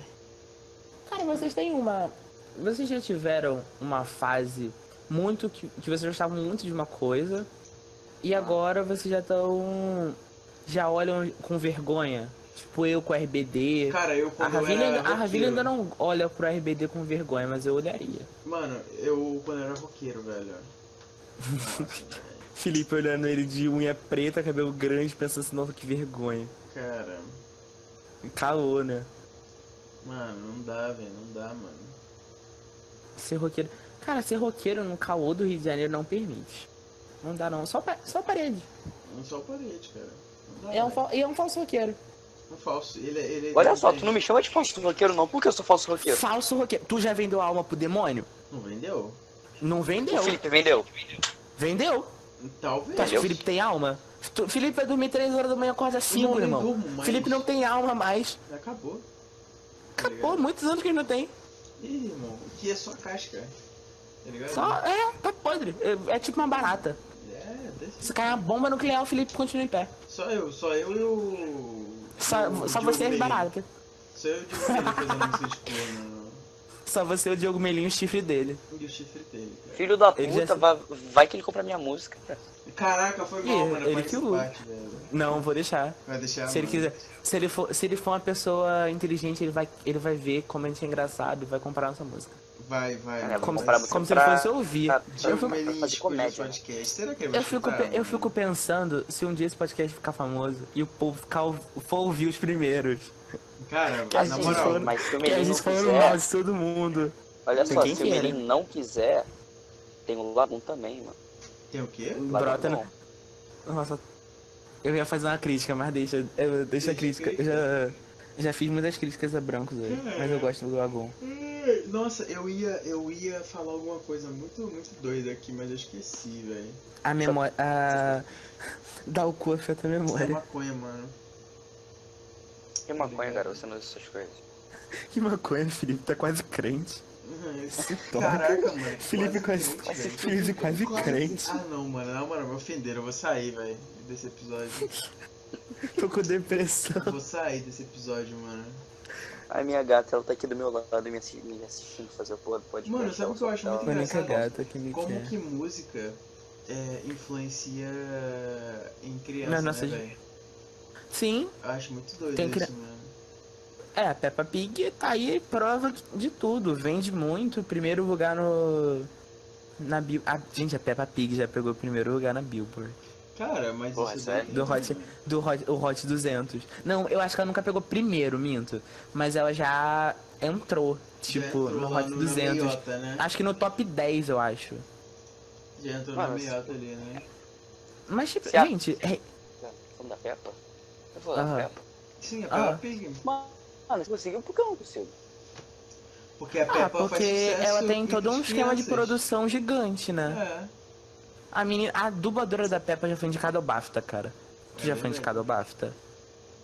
B: Cara, vocês têm uma. Vocês já tiveram uma fase muito que, que vocês gostavam muito de uma coisa e agora vocês já estão. Já olham com vergonha. Tipo eu com RBD.
A: Cara, eu
B: A
A: quando eu
B: Ravilha,
A: era
B: ainda- a
A: roqueiro-
B: Ravilha ainda não olha pro RBD com vergonha, mas eu olharia.
A: Mano, eu quando eu era roqueiro,
B: *laughs*
A: velho. Nossa,
B: Felipe olhando ele de unha preta, cabelo grande, pensando assim, nossa, que vergonha.
A: cara.
B: Caô, né?
A: Mano, não dá, velho. Não dá, mano.
B: Ser roqueiro. Cara, ser roqueiro no caô do Rio de Janeiro não permite. Não dá não, só, pa- só parede.
A: Não Um só parede, cara. Não dá,
B: É um,
A: velho.
B: fal- e é um falso roqueiro.
A: Um falso. Ele, ele
C: Olha só, tu não me chama de falso roqueiro não, porque eu sou falso roqueiro.
B: Falso roqueiro. Tu já vendeu a alma pro demônio?
A: Não vendeu?
B: Não
C: O
B: vendeu.
C: Felipe vendeu.
B: Vendeu.
A: Talvez.
B: Tu acha que o
C: Vendeu.
B: Felipe tem alma? Tu- Felipe vai dormir 3 horas da manhã, acorda 5,
A: não, nem
B: irmão.
A: durmo mais.
B: Felipe não tem alma mais.
A: Acabou. Tá
B: Acabou,
A: ligado?
B: muitos anos que ele não tem.
A: Ih, irmão, o que é só casca? Tá ligado?
B: Só, é, tá podre. É, é tipo uma barata.
A: É, desse
B: Se cair uma bomba nuclear, o Felipe continua em pé.
A: Só eu, só eu e o.
B: Só,
A: o
B: só
A: Diogo
B: você é
A: Pereira.
B: barato.
A: Só eu e o Diogo Pereira fazendo isso, tipo, no...
B: Só você e o Diogo Melinho, o chifre dele.
A: e o chifre dele, cara.
C: Filho da
B: Ele já
C: puta,
B: se-
C: vai, vai que ele compra minha música, cara.
A: Caraca, foi mal,
B: Ih,
A: mano.
B: ele
A: faz
B: que
A: esse
B: luta.
A: parte, velho.
B: Não, vou deixar.
A: Vai deixar.
B: Se ele
A: É, mano.
B: quiser. Se ele for, se ele for uma pessoa inteligente, ele vai, ele vai ver como a gente é engraçado e vai comprar nossa música.
A: Vai, vai.
C: Cara,
A: vai.
B: Como,
C: comprar-
B: como se ele
C: comprar-
B: fosse ouvir.
C: Tá,
A: Diogo
B: eu fico-
A: Melinski,
C: fazer comédia. né?
A: podcast. Será que ele vai
B: Eu fico,
A: escutar,
B: pe- eu
A: mano?
B: fico pensando se um dia esse podcast ficar famoso e o povo ficar, ou- for ouvir os primeiros.
A: Cara,
B: Que a
A: na
B: gente
A: moral.
B: falando-
C: Mas se o
B: Que a
C: menino não
B: gente falando mal
C: quiser,
B: de todo mundo.
C: olha
B: Tem
C: só,
B: quem
C: se o
B: queira.
C: menino não quiser, tem o Lagoon também, mano. é
A: Tem o quê?
B: Brota,
C: Lagoon
B: né? Nossa. Eu ia fazer uma crítica, mas deixa. Eu, deixa a
A: Deixa a
B: crítica. Eu já, já fiz muitas críticas a brancos hoje.
A: É.
B: Mas eu gosto do Lagoon.
A: Ai, É, Nossa, eu ia, eu ia falar alguma coisa muito, muito doida aqui, mas eu esqueci, velho.
B: A memória. A... *laughs* Dá o cu afeta a
A: Isso é
B: memória.
A: maconha, mano.
C: Que maconha, garoto, você não usa essas coisas.
B: Que maconha, Felipe. Tá quase crente.
A: Uhum, isso-
B: toca.
A: Caraca, mano.
B: Felipe quase-
A: crente, velho.
B: Felipe quase crente.
A: Ah, não, mano. Na moral, me ofenderam. Eu vou sair, velho, desse episódio.
B: Tô com depressão.
A: Eu vou sair desse episódio, mano.
C: A minha gata, ela tá aqui do meu lado me assi- me assistindo, fazer o porra do podcast.
A: Mano, sabe
C: ela
A: o que eu
C: só
A: acho
C: tá-
A: muito
B: Mano, que
A: engraçado?
B: gata que me
A: Como
B: quer.
A: que música é, influencia em criança,
B: Na nossa
A: né,
B: gera-
A: velho?
B: Sim,
A: Eu acho muito doido
B: Tem
A: isso,
B: cri-
A: mano.
B: É, a Peppa Pig tá aí prova de tudo. Vende muito. Primeiro lugar no. Na Bil... a- gente, a Peppa Pig já pegou o primeiro lugar na Billboard.
A: Cara, mas
C: Porra,
A: isso
C: sério?
A: daí...
B: Do Hot, do Hot, o Hot 200. Não, eu acho que ela nunca pegou primeiro, minto. Mas ela já entrou,
A: Já
B: tipo,
A: entrou
B: no
A: lá
B: Hot
A: no- na
B: 200.
A: meiota, né?
B: Acho que no top 10, eu acho.
A: Já entrou na
C: Mano,
A: meiota ali, né?
B: Mas, tipo,
C: Se a-
B: gente, é-
C: Não, Tá, Vamos da Peppa? Eu vou da
B: Aham.
C: Peppa.
A: Sim, a
B: Ah.
A: Peppa Pig.
C: Mano, você conseguiu? Por que eu não consigo?
A: Porque a Peppa
B: ah, porque
A: É, faz sucesso
B: ela tem
A: entre
B: todo um
A: as
B: esquema de
A: crianças.
B: produção gigante, né?
A: É.
B: A menina, a dubladora da Peppa já foi indicada ao BAFTA, cara. Tu
A: É
B: já foi
A: verdade.
B: indicado ao BAFTA?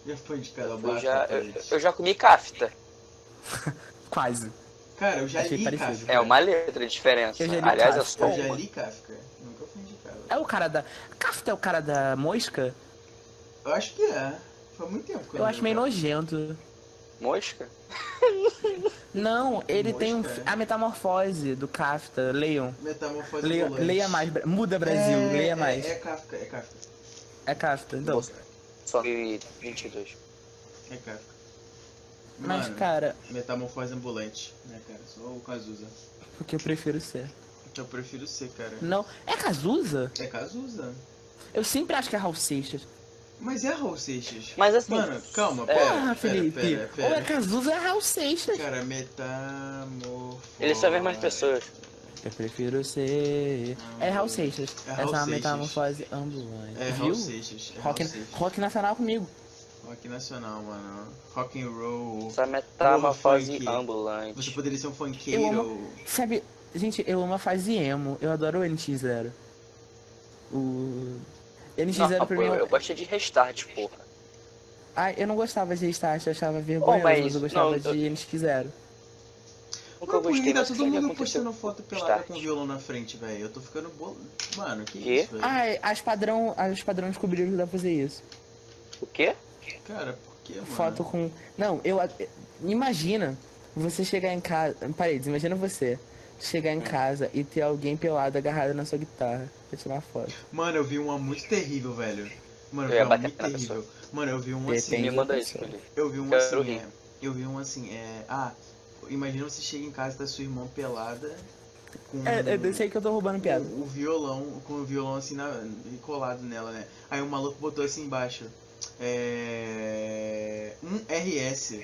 A: Já foi indicado ao
C: Eu
A: Bafta,
C: já, eu,
A: gente.
C: eu já comi cafta.
B: Quase.
A: Cara, eu já
B: achei
A: li
B: parecido. né?
A: Kafka.
C: É uma letra de diferença.
B: Eu já li
C: Aliás, eu
B: Kafka.
C: sou
A: Eu já
C: uma.
A: li Kafka. Nunca fui indicado.
B: É o cara da. Kafka é o cara da mosca?
A: Eu acho que é. Foi muito tempo que eu
B: Eu acho
A: li,
B: meio
A: cara.
B: nojento.
C: Mosca?
B: Não, ele tem um.
A: Mosca, é?
B: A metamorfose do Kafka, leiam.
A: Metamorfose
B: Leia,
A: Ambulante.
B: leia mais, Bra- muda Brasil,
A: É,
B: leia
A: é-
B: mais.
A: É
B: É,
A: Kafka, é Kafka.
B: Kafka, então.
C: Só que 22.
A: É Kafka.
B: Mas,
A: Mano,
B: cara,
A: Metamorfose ambulante, né, cara? Só o Cazuza. Então
B: o que eu prefiro ser?
A: Eu prefiro ser, cara.
B: Não. É Cazuza?
A: É Cazuza.
B: Eu sempre acho que é Raul Seixas.
A: Mas é Raul Seixas.
C: Mas assim.
A: Mano, calma,
C: é,
A: pera,
B: ah, Felipe.
A: pera, pera.
B: Ou é Cazuza ou é Raul Seixas.
A: Cara, metamorfose.
C: Ele só vê mais pessoas.
B: Eu prefiro ser. É Raul Seixas.
A: É
B: Essa
A: Raul
B: é uma
A: Seixas.
B: metamorfose ambulante.
A: É Raul
B: Viu?
A: Seixas. É
B: Rock,
A: Raul Seixas.
B: rock nacional comigo.
A: Rock nacional, mano. Rock and roll.
C: Essa metamorfose
A: funk. Você
C: ambulante.
A: poderia ser um funkeiro.
B: Eu amo- Sabe, gente, eu amo a fase emo. Eu adoro o NX0. O. NX0
C: Não,
B: pra
C: pô,
B: mim. é-
C: eu gostei de restart, porra.
B: Ai, eu não gostava de Restart, eu achava vergonhoso,
C: mas-
B: mas eu gostava
C: não,
B: de NX0.
C: Nunca
A: Mano,
C: gostei,
A: ainda
C: mas o
A: tá todo
C: que que
A: mundo
C: aconteceu?
A: postando foto pelada
C: Start.
A: com violão na frente, velho. Eu tô ficando bol... Mano, que,
C: Quê?
A: isso, velho?
B: Ai, as padrão, as padrão descobriram que dá pra fazer isso.
C: O quê?
A: Cara, por que, mano?
B: Foto com. Não, eu. a- Imagina você chegar em casa. Paredes, imagina você chegar em casa e ter alguém pelado agarrado na sua guitarra pra tirar uma foto.
A: Mano, eu vi uma muito terrível, velho. Mano,
C: Eu ia
A: eu vi uma
C: bater
A: muito
C: na
A: terrível. Mano, eu vi um assim.
B: De repente.
C: Me
B: Entendi.
C: manda isso, Felipe.
A: Eu vi um
C: Quero
A: assim.
C: rir.
A: é, eu vi um assim, é. Ah, imagina você chega em casa da sua irmã pelada com.
B: É, é desse aí que eu tô roubando piada.
A: o, o violão, com o violão assim na- colado nela, né? Aí o maluco botou assim embaixo. É. Um RS.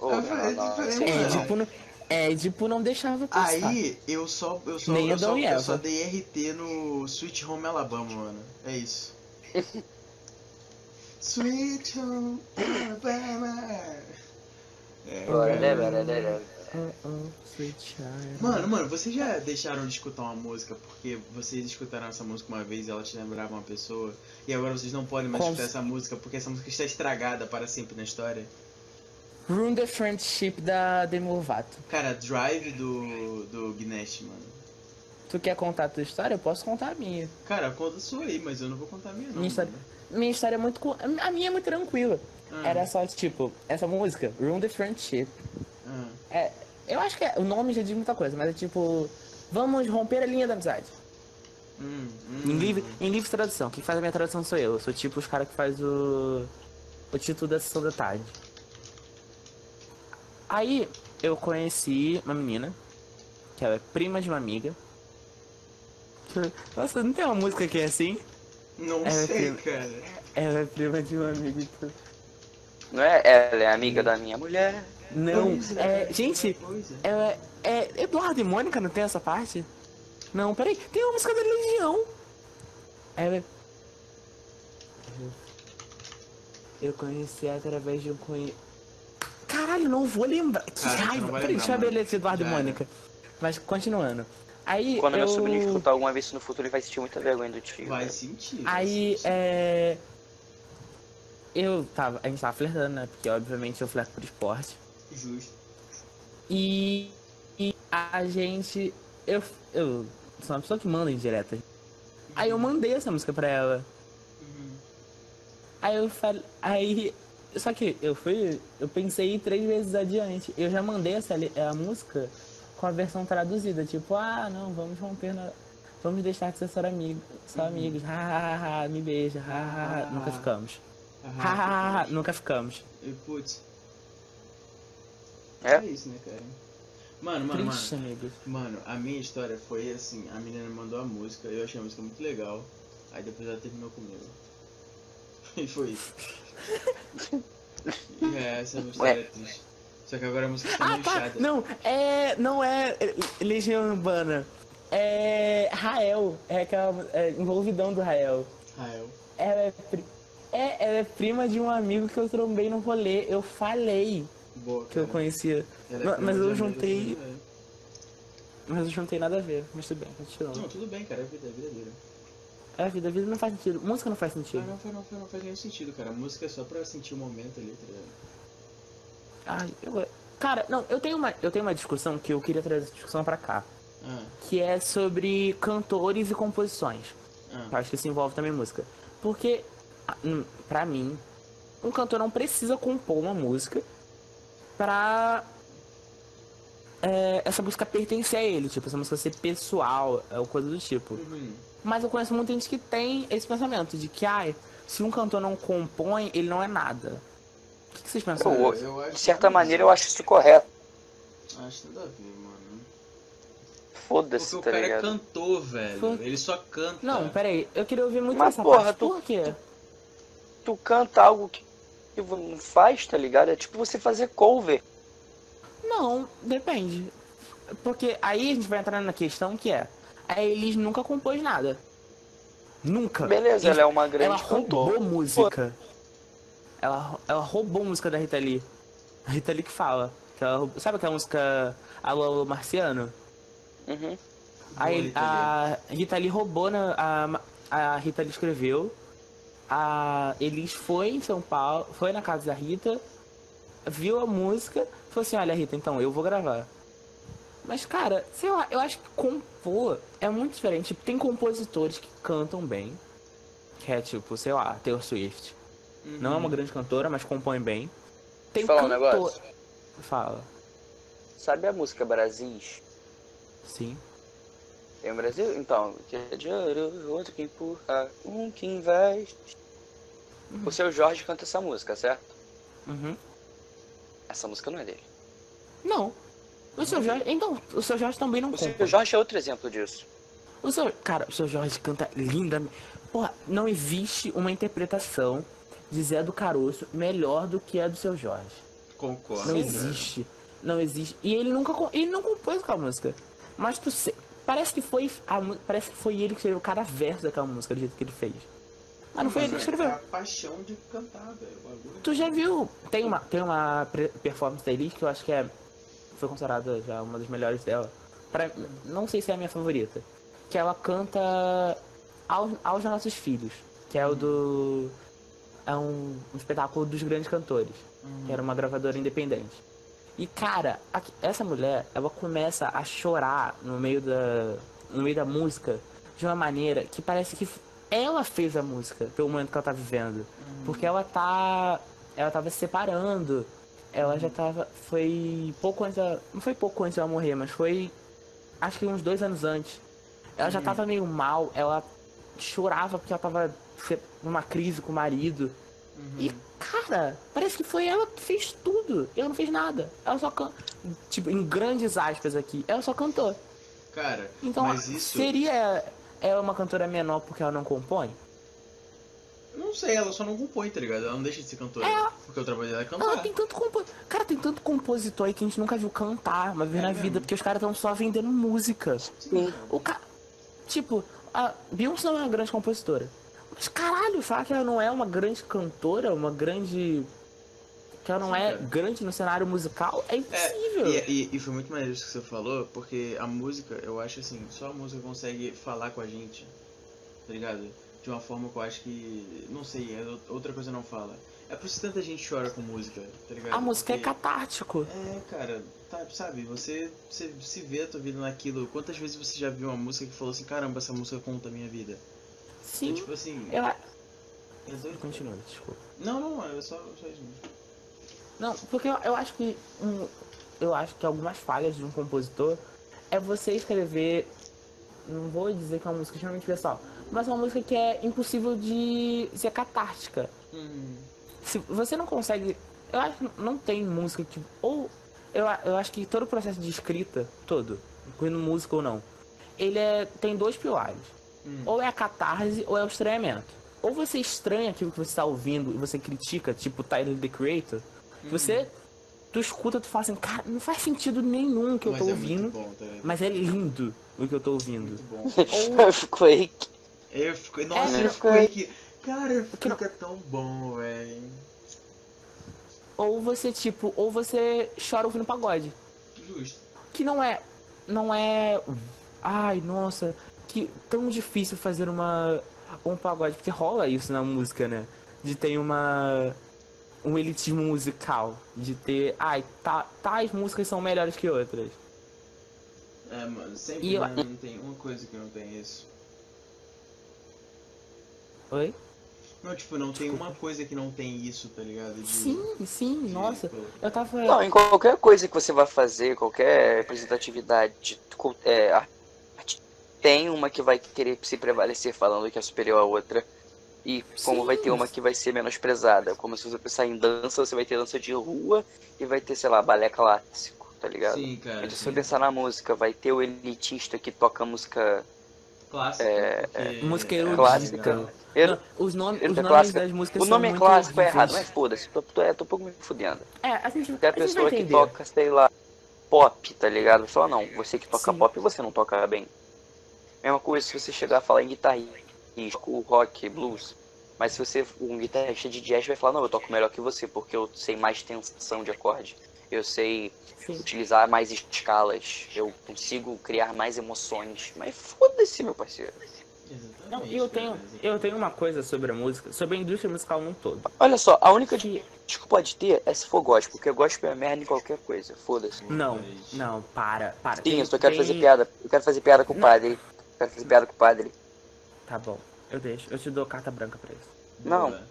C: Ô,
A: Ah,
C: não,
A: velho,
C: não,
A: é
C: isso aí
B: É,
A: mano.
C: não.
B: tipo, não, é, tipo, não deixava passar.
A: Aí eu só eu só,
B: Nem
A: eu
B: Adão
A: só,
B: e
A: eu
B: Eva.
A: só dei RT no Sweet Home Alabama, mano. É
B: *laughs*
A: isso. Sweet Home Alabama. É,
C: Bora,
A: cara.
C: né, bora, né, né.
B: Oh, oh, sweet child.
A: Mano, mano, vocês já deixaram de escutar uma música porque vocês escutaram essa música uma vez e ela te lembrava uma pessoa e agora vocês não podem mais
B: Com-
A: escutar essa música porque essa música está estragada para sempre na história?
B: Ruin the Friendship da Demi Lovato.
A: Cara, Drive do, do Gnesh, mano.
B: Tu quer contar a tua história? Eu posso contar a minha.
A: Cara, conta sua aí, mas eu não vou contar a minha, não.
B: Minha história-
A: mano.
B: Minha história é muito. co- A minha é muito tranquila.
A: Ah,
B: Era só, tipo, essa música, Room the Friendship.
A: ah.
B: É, eu acho que é- o nome já diz muita coisa, mas é tipo. Vamos romper a linha da amizade.
A: Hum, hum.
B: Em livre, em livre tradução. Quem faz a minha tradução sou eu. Eu sou tipo os caras que faz o. o título da sessão da tarde. Aí eu conheci uma menina, que ela é prima de uma amiga. *laughs* Nossa, não tem uma música que é assim?
A: Não
B: Era
A: sei,
B: que-
A: cara.
B: Ela é prima de uma amiga. então-
C: Não é ela, é amiga da minha mulher.
B: Não,
A: Pois
B: é, gente,
A: Pois é.
B: ela é, é Eduardo e Mônica, não tem essa parte? Não, peraí, tem uma música da Legião. Ela é... Eu conheci através de um conhe... Caralho, não vou lembrar. Que
A: Cara, você não
B: raiva.
A: vai
B: Peraí,
A: lembrar,
B: deixa eu abrir
A: mano.
B: a letra de Eduardo e
A: Já era.
B: Mônica. Mas continuando. Aí
C: Quando
B: eu...
C: meu sobrinho escutar alguma vez isso no futuro, ele vai sentir muita vergonha do tio.
A: Vai sentir. vai
B: Aí,
A: sentir.
B: é. Eu tava. A gente tava flertando, né? Porque, obviamente, eu flerto por esporte.
A: Justo.
B: E. e a gente. Eu. Eu sou uma pessoa que manda indiretas. Aí eu mandei essa música pra ela.
A: Uhum.
B: Aí eu falei. Aí. Só que eu fui. Eu pensei três vezes adiante. Eu já mandei essa li- a música com a versão traduzida. Tipo, ah, não, vamos romper na. Vamos deixar de ser só amigos. Só
A: Uhum.
B: amigos. Ha, ha, ha, me beija. Ha, ha, ha. Nunca
A: Ah.
B: ficamos. Ha, ha, ha,
A: Ah,
B: ha, nunca ficamos.
A: E putz.
C: É?
A: É isso, né, cara? Mano, mano, mano.
B: Triste, amigos.
A: Mano, a minha história foi assim, a menina mandou a música, eu achei a música muito legal, aí depois ela terminou comigo. *laughs* E foi
B: *laughs*
A: isso. E é, essa é a minha história triste. Só que agora a música está
B: Ah, tá.
A: manchada.
B: Não, é. Não é é, Legião Urbana. É. Rael. É aquela. É, envolvidão do Rael.
A: Rael.
B: Ela é, pri- é, ela é prima de um amigo que eu trombei no rolê. Eu falei
A: Boa,
B: que eu
A: cara.
B: conhecia.
A: Ela é
B: Não,
A: prima
B: mas
A: de né?
B: eu
A: amigo,
B: juntei-
A: tudo bem.
B: Mas eu não tem nada a ver. Mas tudo bem, continuando.
A: Não, tudo bem, cara, é vida, é vida dura.
B: É a vida, a vida não faz sentido. Música não faz
A: Ah,
B: sentido.
A: não, foi, não, foi, não faz nenhum sentido, cara. A música é só pra sentir o momento ali, tá ligado?
B: Ai, eu. Cara, não, eu tenho uma, eu tenho uma discussão que eu queria trazer essa discussão pra cá.
A: Ah,
B: Que é sobre cantores e composições. Eu
A: ah.
B: Tá, acho que isso envolve também música. Porque, a- hum, pra mim, um cantor não precisa compor uma música pra é, essa música pertencer a ele. Tipo, essa música ser pessoal, é, ou coisa do tipo.
A: Uhum.
B: Mas eu conheço muita gente que tem esse pensamento de que, ai, se um cantor não compõe, ele não é nada. O que, que vocês pensam?
C: Pô,
A: Hum, eu acho
C: De
A: nada a
C: certa
A: ver.
C: maneira, eu acho isso correto.
A: Acho nada a ver, mano. Porque
C: Foda-se,
A: o
C: tá
A: cara é
C: ligado?
A: cantor, velho.
B: Foi-
A: Ele só canta.
B: Não, peraí, eu queria ouvir muito
C: Mas,
B: essa
C: porra,
B: parte.
C: tu-
B: Por quê?
C: Tu canta algo que que vo- não faz, tá ligado? É tipo você fazer cover.
B: Não, depende. Porque aí a gente vai entrar na questão que é. A Elis nunca compôs nada. Nunca.
C: Beleza, ela é uma grande
B: Ela roubou
C: cantora.
B: música. Ela, rou- ela roubou música da Rita Lee. A Rita Lee que fala. Que ela roubou- sabe aquela música Alô, Alô Marciano?
C: Uhum.
B: A,
A: Boa,
B: El-
A: Rita
B: a Rita Lee roubou, na, a, Ma- a Rita Lee escreveu. A Elis foi em São Paulo, foi na casa da Rita, viu a música, falou assim, olha Rita, então eu vou gravar. Mas cara, sei lá, eu acho que compor é muito diferente. Tipo, tem compositores que cantam bem, que é tipo, sei lá, Taylor Swift.
A: Uhum.
B: Não é uma grande cantora, mas compõe bem. Tem
C: Falar um
B: cantor...
C: negócio?
B: Fala,
C: Sabe a música Brasis?
B: sim.
C: Tem o Brasil? Então, que é de ouro, outro que empurra, um que investe. O seu Jorge canta essa música, certo?
B: Uhum.
C: Essa música não é dele.
B: Não. O seu Jorge. Então, o seu Jorge também não
C: Uhum. O
B: compõe.
C: seu Jorge é outro exemplo disso.
B: O seu, cara, o seu Jorge canta linda. Porra, não existe uma interpretação de Zé do Caroço melhor do que a do seu Jorge.
A: Concordo.
B: Não
A: cara.
B: existe. Não existe. E ele nunca com- ele não compôs aquela música. Mas tu se- parece que foi a mu- parece que foi ele que escreveu cada verso daquela música do jeito que ele fez. Mas Ah, não foi ele que
A: É
B: escreveu.
A: a paixão de cantar, velho. o bagulho.
B: Tu já viu? Tem uma, tem uma pre- performance da Elis que eu acho que é. Foi considerada já uma das melhores dela. Pra, não sei se é a minha favorita. Que ela canta aos, aos Nossos Filhos. Que é o do. É um, um espetáculo dos grandes cantores. Que era uma gravadora independente. E cara, a- essa mulher, ela começa a chorar no meio da, no meio da música de uma maneira que parece que ela fez a música pelo momento que ela tá vivendo. Porque ela tá. Ela tava se separando. Ela já tava. Foi pouco antes da. Não foi pouco antes dela morrer, mas foi. Acho que uns dois anos antes. Ela
A: Uhum.
B: já tava meio mal, ela chorava porque ela tava se- numa crise com o marido.
A: Uhum.
B: E, cara, parece que foi ela que fez tudo. Ela não fez nada. Ela só can... Tipo, em grandes aspas aqui, ela só cantou.
A: Cara,
B: Então,
A: mas isso.
B: seria ela uma cantora menor porque ela não compõe?
A: Não sei, ela só não compõe, tá ligado? Ela não deixa de ser cantora. Porque o trabalho dela é
B: Ela
A: cantar.
B: tem tanto compo... Cara, tem tanto compositor aí que a gente nunca viu cantar uma vez
A: É
B: na
A: mesmo.
B: vida, porque os caras estão só vendendo música.
A: Sim.
B: O ca... Tipo, a Beyoncé não é uma grande compositora. Mas caralho, falar que ela não é uma grande cantora, uma grande. Que ela não
A: Sim,
B: é
A: cara.
B: grande no cenário musical é impossível.
A: E, e- e foi muito maneiro isso que você falou, porque a música, eu acho assim, só a música consegue falar com a gente, tá ligado? De uma forma que eu acho que, não sei, é ou- outra coisa não fala. É por isso que tanta gente chora com música, tá ligado?
B: A música é
A: Porque-
B: catártico.
A: É, cara, tá- sabe, você, você se vê a tua vida naquilo. Quantas vezes você já viu uma música que falou assim, caramba, essa música conta a minha vida? É
B: Sim.
A: tipo assim,
B: Ela...
A: é doido.
B: Continua, desculpa.
A: Não, não, é só, só isso mesmo.
B: Não, porque eu, eu acho que. hum, eu acho que algumas falhas de um compositor é você escrever. Não vou dizer que é uma música extremamente pessoal, mas é uma música que é impossível de ser catártica.
A: Hum,
B: se você não consegue. Eu acho que não tem música que. Ou. Eu, a- eu acho que todo o processo de escrita, todo, incluindo música ou não, ele é, tem dois pilares.
A: Hum.
B: Ou é a catarse ou é o estranhamento. Ou você estranha aquilo que você está ouvindo e você critica, tipo Tyler the Creator.
A: Hum.
B: que Você. Tu escuta, tu fala assim, cara, não faz sentido nenhum o que eu
A: mas
B: tô
A: é
B: ouvindo,
A: muito bom, tá ligado?
B: mas é lindo o que eu tô ouvindo.
A: Muito
B: *laughs*
A: bom.
C: Ficou aí.
A: Eu fico... Nossa,
B: É,
A: eu fico
C: foi.
A: aqui. Cara,
B: Que não-
A: fica tão bom, velho.
B: Ou você, tipo, ou você chora ouvindo pagode.
A: Justo.
B: que não é não é ai nossa que tão difícil fazer uma um pagode porque rola isso na música né de ter uma um elitismo musical de ter ai ta, tais músicas são melhores que outras
A: É, mano, sempre
B: E eu-
A: né, não tem uma coisa que não tem isso.
B: oi
A: Não, tipo, não tem uma coisa que não tem isso, tá ligado? De-
B: sim sim
A: de- tipo,
B: nossa
A: pô,
B: eu tava
C: Não, em qualquer coisa que você vai fazer, qualquer representatividade, co- é, a- arte- tem uma que vai querer se prevalecer falando que é superior à outra. E como
B: Sim.
C: vai ter uma que vai ser menosprezada. Como se você pensar em dança, você vai ter dança de rua e vai ter, sei lá, balé clássico, tá ligado?
A: Sim, cara.
C: Mas se
A: sim.
C: você pensar na música, vai ter o elitista que toca música.
A: Clássica. porque-
B: música
A: é
B: clássica.
A: legal.
C: Eu-
B: Não, os nomes,
C: eu-
B: os
C: da
B: nomes
C: clássica.
B: das músicas
C: o
B: são
C: nome é
B: muito
C: clássico, é errado,
B: horríveis.
C: mas foda-se, tô, tô, é, tô um pouco me fudendo.
B: é a gente,
C: Tem
B: a
C: a
B: gente vai
C: pessoa que
B: entender.
C: toca, sei lá, pop, tá ligado? Fala, não, você que toca
B: Sim.
C: pop, você não toca bem. Mesma coisa se você chegar a falar em guitarrista, o rock, blues. Mas se você, um guitarrista de jazz vai falar, não, eu toco melhor que você, porque eu sei mais tensão de acorde. Eu sei
B: Sim.
C: utilizar mais escalas. Eu consigo criar mais emoções. Mas foda-se, meu parceiro.
A: Exatamente.
B: não, e eu tenho
A: cara, exatamente.
B: eu tenho uma coisa sobre a música sobre a indústria musical num todo
C: Olha só, a única
B: que
C: desculpa que pode ter é se for gospel, porque gospel é merda em qualquer coisa. Foda-se.
B: Não,
A: Mas-
B: não, para, para.
C: Sim,
B: Tem-
C: eu só quero
B: tem-
C: fazer piada. Eu quero fazer piada com o
B: Não.
C: padre. Eu quero fazer piada com o padre.
B: Tá bom, eu deixo, eu te dou carta branca pra isso.
C: Não.
A: Boa.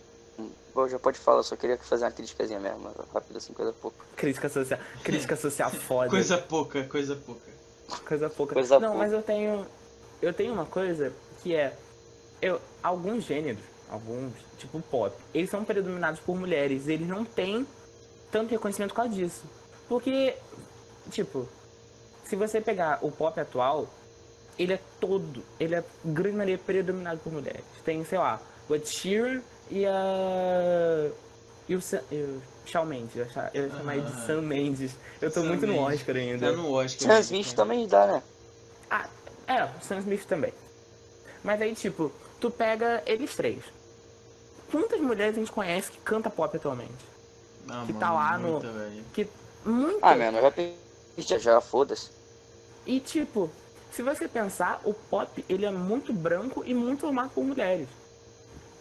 C: Bom, já pode falar, eu só queria fazer uma criticazinha mesmo, rápido assim, coisa pouca.
B: Crítica social, crítica social foda, coisa,
A: Coisa pouca, coisa pouca. Tá
B: pouca.
C: coisa
B: Não,
C: pouca.
B: mas eu tenho, eu tenho uma coisa que é, eu, alguns gêneros, alguns, tipo pop, eles são predominados por mulheres, e eles não têm tanto reconhecimento por causa disso. Porque, tipo, se você pegar o pop atual, ele é todo, ele é grande maioria predominado por mulheres. Tem, sei lá, o Ed Sheeran e a. E o Sam, eu, Shawn Mendes, eu ia cha- eu ia chamar ele de
A: Ah.
B: Sam Mendes. Eu tô
A: Sam
B: muito no
A: Mendes.
B: Oscar ainda.
A: Tá no Oscar.
C: Sam Smith também dá, né?
B: Ah, é, o Sam Smith também. Mas aí, tipo, tu pega eles três. Quantas mulheres a gente conhece que canta pop atualmente?
A: Ah,
B: que
A: mano,
B: tá lá no-
A: muita, velho.
B: Que muitas.
C: Ah, mano, já já, já foda-se.
B: E tipo, se você pensar, o pop ele é muito branco e muito amado por mulheres.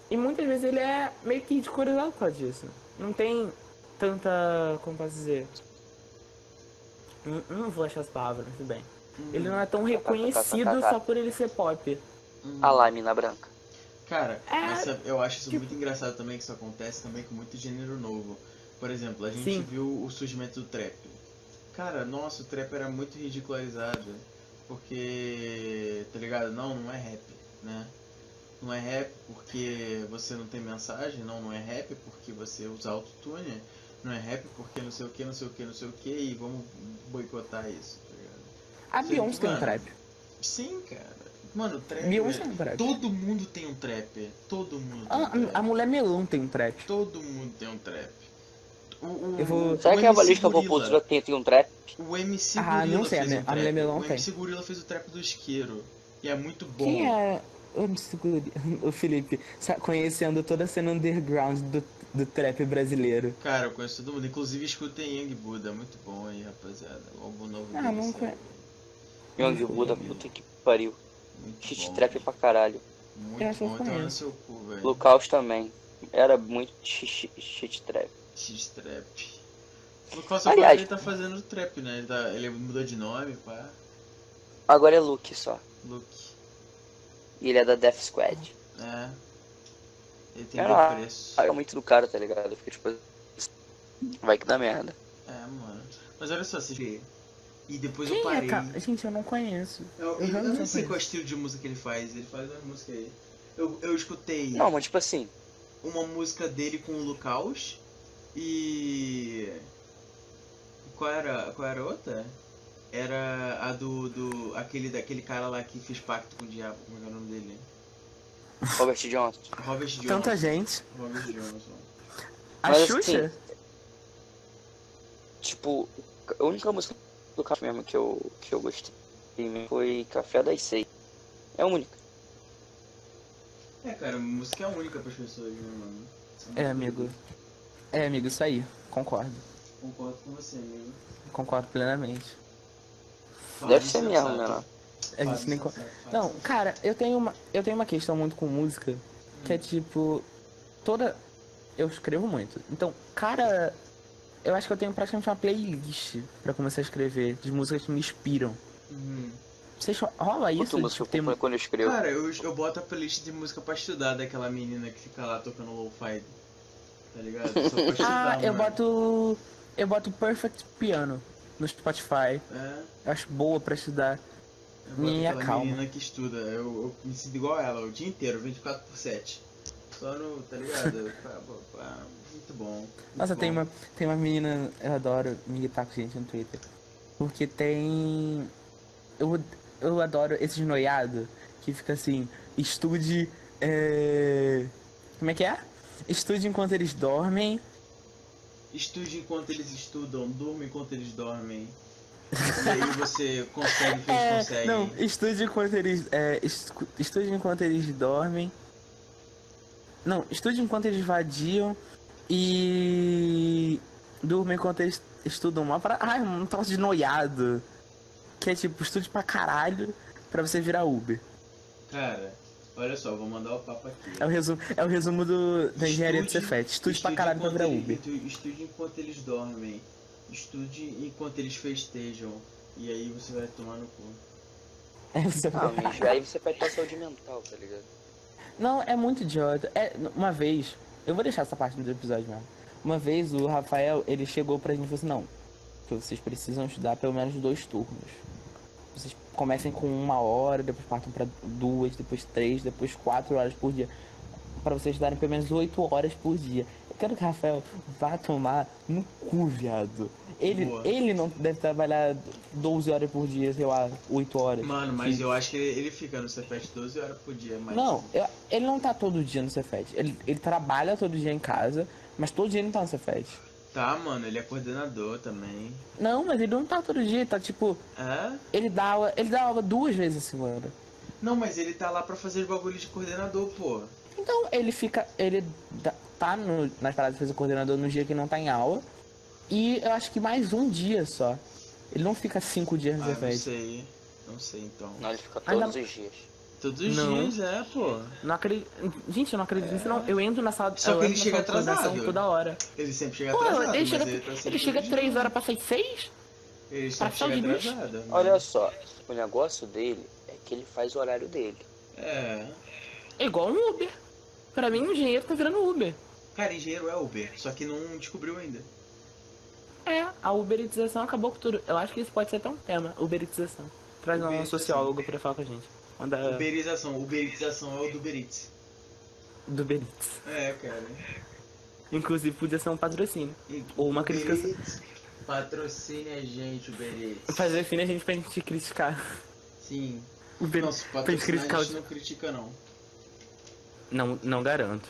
B: E muitas vezes ele é meio que descurioso por causa disso. Não tem tanta. como posso dizer? Não, não vou achar as palavras, mas tudo bem. Ele não é tão reconhecido só por ele ser pop.
A: Hum.
C: Ah lá, mina branca.
A: Cara,
B: É,
A: essa- eu acho isso muito engraçado também, que isso acontece também com muito gênero novo. Por exemplo, a gente
B: Sim.
A: viu o surgimento do trap. Cara, nossa, o trap era muito ridicularizado. Porque, tá ligado? Não, não é rap, né? Não é rap porque você não tem mensagem, não, não é rap porque você usa autotune, não é rap porque não sei o que, não sei o que, não sei o que, e vamos boicotar isso, tá ligado?
B: A
A: Sim,
B: Beyoncé tem um
A: mano.
B: trap.
A: Sim, cara. Mano, o trap. é
B: Beyoncé tem um trap.
A: Todo mundo tem um trap. Todo mundo. tem um trap.
B: Ah, A, a mulher melão tem um trap.
A: Todo mundo tem um trap. O, o,
B: Eu vou-
A: o
C: Será que é a
A: MC
C: balística
A: Gorila-
C: propulsora tem, tem um trap?
A: O MC
B: Ah,
A: Gorila
B: não sei, a
A: fez
B: Mi-
A: um
B: a
A: trap.
B: Mia Melon
A: O MC Gorila fez o trap do isqueiro. E é muito bom.
B: Quem é o MC Guri- *laughs* o Felipe, sa- conhecendo toda a cena underground do, do trap brasileiro?
A: Cara, eu conheço todo mundo. Inclusive escutem Young Buda. é Muito bom aí, rapaziada. O álbum novo
B: Ah,
A: dele,
B: não
A: sabe?
C: Young Buda, puta que pariu.
A: Muito
C: Shit
A: bom.
C: trap é pra caralho.
A: Muito
B: Eu acho que eu
A: bom. Então no
B: conheço.
A: seu cu, velho.
C: Lucas também. Era muito shit shit trap.
A: Shit trap. O Lucas agora
C: Aliás-
A: ele tá fazendo trap, né? Ele, tá- ele mudou de nome, pá.
C: Agora é Luke só.
A: Luke.
C: E ele é da Death Squad.
A: É. Ele tem
C: Era-
A: bom preço.
C: Ah, é muito do cara, tá ligado? Eu fico tipo. Vai que dá merda.
A: É, mano. Mas olha só, se... E depois eu
B: Quem é,
A: parei.
B: cara? Gente, eu não conheço.
A: Eu,
B: Eu
A: eu, eu
B: não
A: não sei
B: conheço.
A: qual estilo de música que ele faz. Ele faz uma música aí. Eu, eu escutei
C: Não, mas tipo assim.
A: uma música dele com o Lucaus e. Qual era, qual era a outra? Era a do. do aquele, daquele cara lá que fez pacto com o diabo, como é o nome dele?
C: Robert Johnson.
A: Robert Johnson.
B: Tanta gente.
A: Robert Johnson.
B: A
C: Mas,
B: Xuxa?
C: Tipo, a única música do cara mesmo que eu, que eu gostei mesmo foi Café das Seis. É a única.
A: É, cara, música é única pras pessoas, né, mano?
B: É, amigo. É, amigo, isso aí. Concordo.
A: Concordo com você, amigo.
B: Concordo plenamente.
A: Ah,
C: Deve
A: é
C: ser mesmo, né?
A: Sensato.
C: não?
B: A gente nem... co- Não, cara, eu tenho uma, eu tenho uma questão muito com música, que
A: Hum.
B: é tipo, toda eu escrevo muito. Então, cara, eu acho que eu tenho praticamente uma playlist pra começar a escrever de músicas que me inspiram.
A: Uhum.
B: Vocês ro- rola isso?
C: Puta música
B: Tipo, tem
C: quando- quando eu escrevo.
A: Cara, eu, eu boto a playlist de música pra estudar daquela menina que fica lá tocando lo-fi. Tá ligado? Só pra né? estudar,
B: Ah, eu
A: mano.
B: boto eu boto Perfect Piano no Spotify.
A: É,
B: Eu acho boa pra estudar.
A: eu boto
B: Me
A: aquela
B: acalma.
A: menina que estuda. Eu, eu me sinto igual a ela o dia inteiro, 24 por 7. Só no. Tá
B: *laughs*
A: ligado? Pá, pá, pá. Muito bom. muito
B: Nossa,
A: bom.
B: tem uma, tem uma menina, eu adoro me irritar com gente no Twitter. Porque tem. Eu, eu adoro esses noiados que fica assim, estude. é, Como é que é? Estude enquanto eles dormem.
A: Estude enquanto eles estudam, durma enquanto eles dormem. E aí
B: *laughs*
A: você consegue o que eles
B: É,
A: conseguem.
B: não, estude enquanto eles. é, escu- estude enquanto eles dormem. Não, estude enquanto eles vadiam e. Durma enquanto eles estudam uma pra. Ai, um troço de noiado. Que é tipo, estude pra caralho pra você virar Uber.
A: Cara, olha só, eu vou mandar o papo aqui.
B: É o resumo, é o resumo do, da engenharia do
A: Estude-
B: Cefet. Estude pra caralho pra
A: enquanto
B: virar
A: eles-
B: *laughs* Uber.
A: estu- Estude enquanto eles dormem. Estude enquanto eles festejam. E aí você vai tomar no cu.
B: Aí É, você
C: Ah,
B: vai-
C: mas aí você perde tua saúde mental, tá ligado?
B: Não, é muito idiota. É, uma vez, eu vou deixar essa parte do episódio mesmo. Uma vez o Rafael, ele chegou pra gente e falou assim, não, que vocês precisam estudar pelo menos dois turnos. Vocês comecem com uma hora, depois partam pra duas, depois três, depois quatro horas por dia. Pra vocês estudarem pelo menos oito horas por dia. Eu quero que o Rafael vá tomar no cu, viado. Ele,
A: Boa.
B: ele não deve trabalhar 12 horas por dia, sei lá, oito horas.
A: Mano, mas
B: Sim.
A: eu acho que ele, ele fica no Cefet 12 horas por dia, mas.
B: Não, eu- ele não tá todo dia no Cefet. Ele, ele trabalha todo dia em casa, mas todo dia ele não tá no Cefet.
A: Tá, mano, ele é coordenador também.
B: Não, mas ele não tá todo dia, ele tá tipo.
A: É?
B: Ele dá aula, ele dá aula duas vezes a semana.
A: Não, mas ele tá lá pra fazer o bagulho de coordenador, pô. Ah,
B: Então ele fica. Ele dá- tá no, nas paradas de fazer coordenador no dia que não tá em aula. E eu acho que mais um dia só. Ele não fica cinco dias no
A: Ah, não
B: Cefet.
A: sei. Não sei então.
C: Não, ele fica
B: Ainda-
C: todos os dias.
A: Todos os
B: Não.
A: dias, é, pô.
B: Não acredito. Gente, eu não acredito nisso, não. Eu entro na sala
E: Só
A: Só
B: eu
A: que ele
B: entro
A: chega
B: na sala de coordenação
A: atrasado.
B: toda hora.
A: Ele sempre chega
B: Pô,
A: atrasado,
B: ele
A: mas
B: chega,
A: ele tá sempre
B: ele chega
A: todo dia.
B: três horas pra sair seis?
A: Eles estão
B: Pra saúde
A: chegando
B: deles.
A: atrasados. mas-
C: Olha só, o negócio dele é que ele faz o horário dele.
A: É.
B: É igual um Uber. Pra mim, o dinheiro tá virando Uber.
A: Cara, engenheiro é Uber, só que não descobriu ainda.
B: É, a uberização acabou com tudo. Eu acho que isso pode ser até um tema, uberização. Traz um
A: Uberização.
B: sociólogo pra falar com a gente. Manda
A: Uberização. Uberização é o do Uber Eats.
B: do Benítez.
A: É, cara.
B: Inclusive, podia ser um patrocínio.
A: E-
B: Ou uma
A: Uber
B: crítica.
A: Eats, Patrocine a gente, Uber Eats.
B: Fazer fim a é gente pra gente criticar.
A: Sim.
B: O Ben...
A: Nossa, patrocínio
B: criticar
A: a
B: o-
A: gente não critica não.
B: Não, não garanto.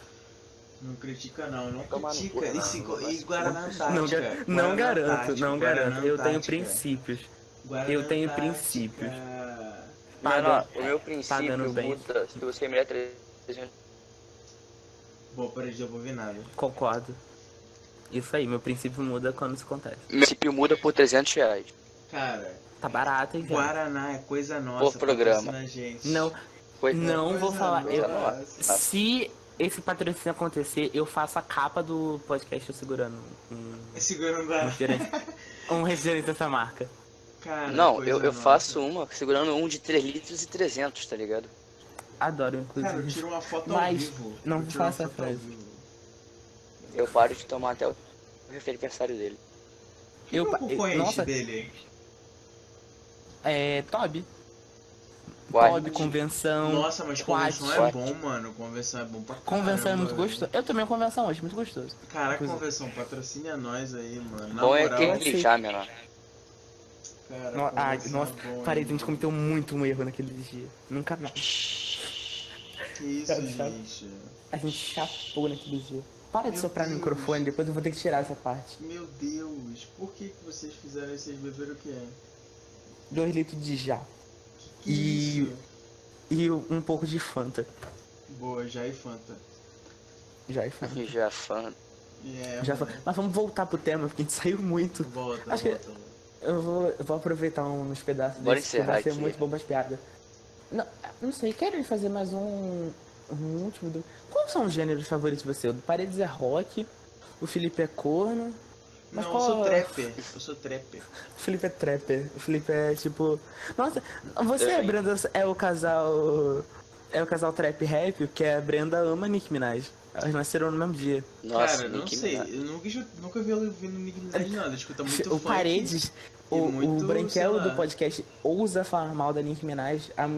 A: Não critica não, não
C: Tomar no cu,
A: critica. E,
C: Renato,
A: se- e
C: não gosto.
A: Guaraná Antártica.
B: Não, ga- não
A: Guaraná
B: garanto,
A: Antártica,
B: não
A: Guaraná
B: garanto. Eu tenho
A: Antártica,
B: princípios.
A: Guaraná
B: eu tenho
A: Antártica.
B: princípios.
C: Mano,
B: Paga-
C: ó, o meu
B: pagando
C: princípio
B: bem.
C: muda se você me der 300
A: Bom, peraí, já vou ver nada.
B: Concordo. Isso aí, meu princípio muda quando isso acontece.
C: Meu princípio muda por 300 reais.
A: Cara,
B: Tá barato, hein, cara?
A: Guaraná é coisa nossa.
C: Por programa.
A: patrocina a gente. É
B: Não,
C: Foi-
B: não vou
A: Coisa
B: falar. eu-
A: nossa.
B: se esse patrocínio acontecer, eu faço a capa do podcast eu segurando um,
A: Segurando o
B: um
A: Guaraná. *laughs*
B: refrigerante. um refrigerante dessa marca.
A: Cara,
C: Não,
A: coisa
C: eu, eu
A: nossa.
C: faço uma segurando um de 3 litros e 300, tá ligado?
B: Adoro,
A: Cara, eu
B: inclusive.
A: tiro uma foto
B: Mas
A: ao vivo.
B: não
A: Eu tiro uma
B: faça a
A: foto ao
B: frase.
A: vivo.
C: Eu paro de tomar até o aniversário dele.
A: Quem é o
B: pa-
A: concorrente
B: nossa,
A: dele?
B: é. Toby.
C: Uai,
B: Toby, convenção.
A: Nossa, mas
B: quase.
A: convenção é bom, mano. Convenção é bom pra caramba.
B: Convenção é muito
A: velho.
B: gostoso. Eu tomei uma convenção hoje, muito gostoso.
A: Caraca,
B: Coisa.
A: convenção, patrocina nós aí, mano. Na
C: bom é
A: moral,
C: quem
B: sim.
C: deixar, menor.
A: cara,
B: No- ai,
A: convenção é
B: nossa,
A: bom, hein,
B: parei, a gente
A: mano.
B: cometeu muito um erro naquele dia. Nunca mais.
A: Que isso,
B: Sabe, sabe?
A: gente.
B: A gente chapou naquele dia. Para de
A: Meu
B: soprar no
A: Deus.
B: microfone, depois eu vou ter que tirar essa parte.
A: Meu Deus, por que, que vocês fizeram isso? Vocês beberam o quê?
B: Dois litros de já.
A: Que é
B: E-
A: isso?
B: E um pouco de Fanta.
A: Boa, já e Fanta.
B: Já é Fanta.
C: Já fã.
A: É,
B: Já
A: mano.
B: fa- Mas vamos voltar pro tema, porque a gente *laughs* saiu muito.
A: Volta,
B: Acho que-
A: volta.
B: Eu vou, eu vou aproveitar um- uns pedaços
C: Bora
B: desse, que vai
C: encerrar
B: ser
C: aqui.
B: muito bom pras piadas. Não, não sei, querem fazer mais um, um último... Do... Quais são os gêneros favoritos de você? O do Paredes é rock, o Felipe é corno,
A: Não,
B: Mas
A: eu
B: qual- é?
A: sou trapper. Eu sou trapper.
B: o Felipe é trapper, o Felipe é tipo... Nossa, você,
C: É.
B: Brenda, é o casal... É o casal trap rap, que a Brenda ama Nick Minaj. Elas nasceram no mesmo dia.
C: Nossa,
A: Cara, não
C: Nicki
A: sei.
C: Minaj.
A: Eu nunca, nunca vi ela ouvindo Nicki Minaj, não. Ela escuta tipo, muito
B: o
A: funk.
B: Paredes, o,
A: muito,
B: o Branquelo
A: sei lá.
B: do podcast ousa falar mal da Nick Minaj, a,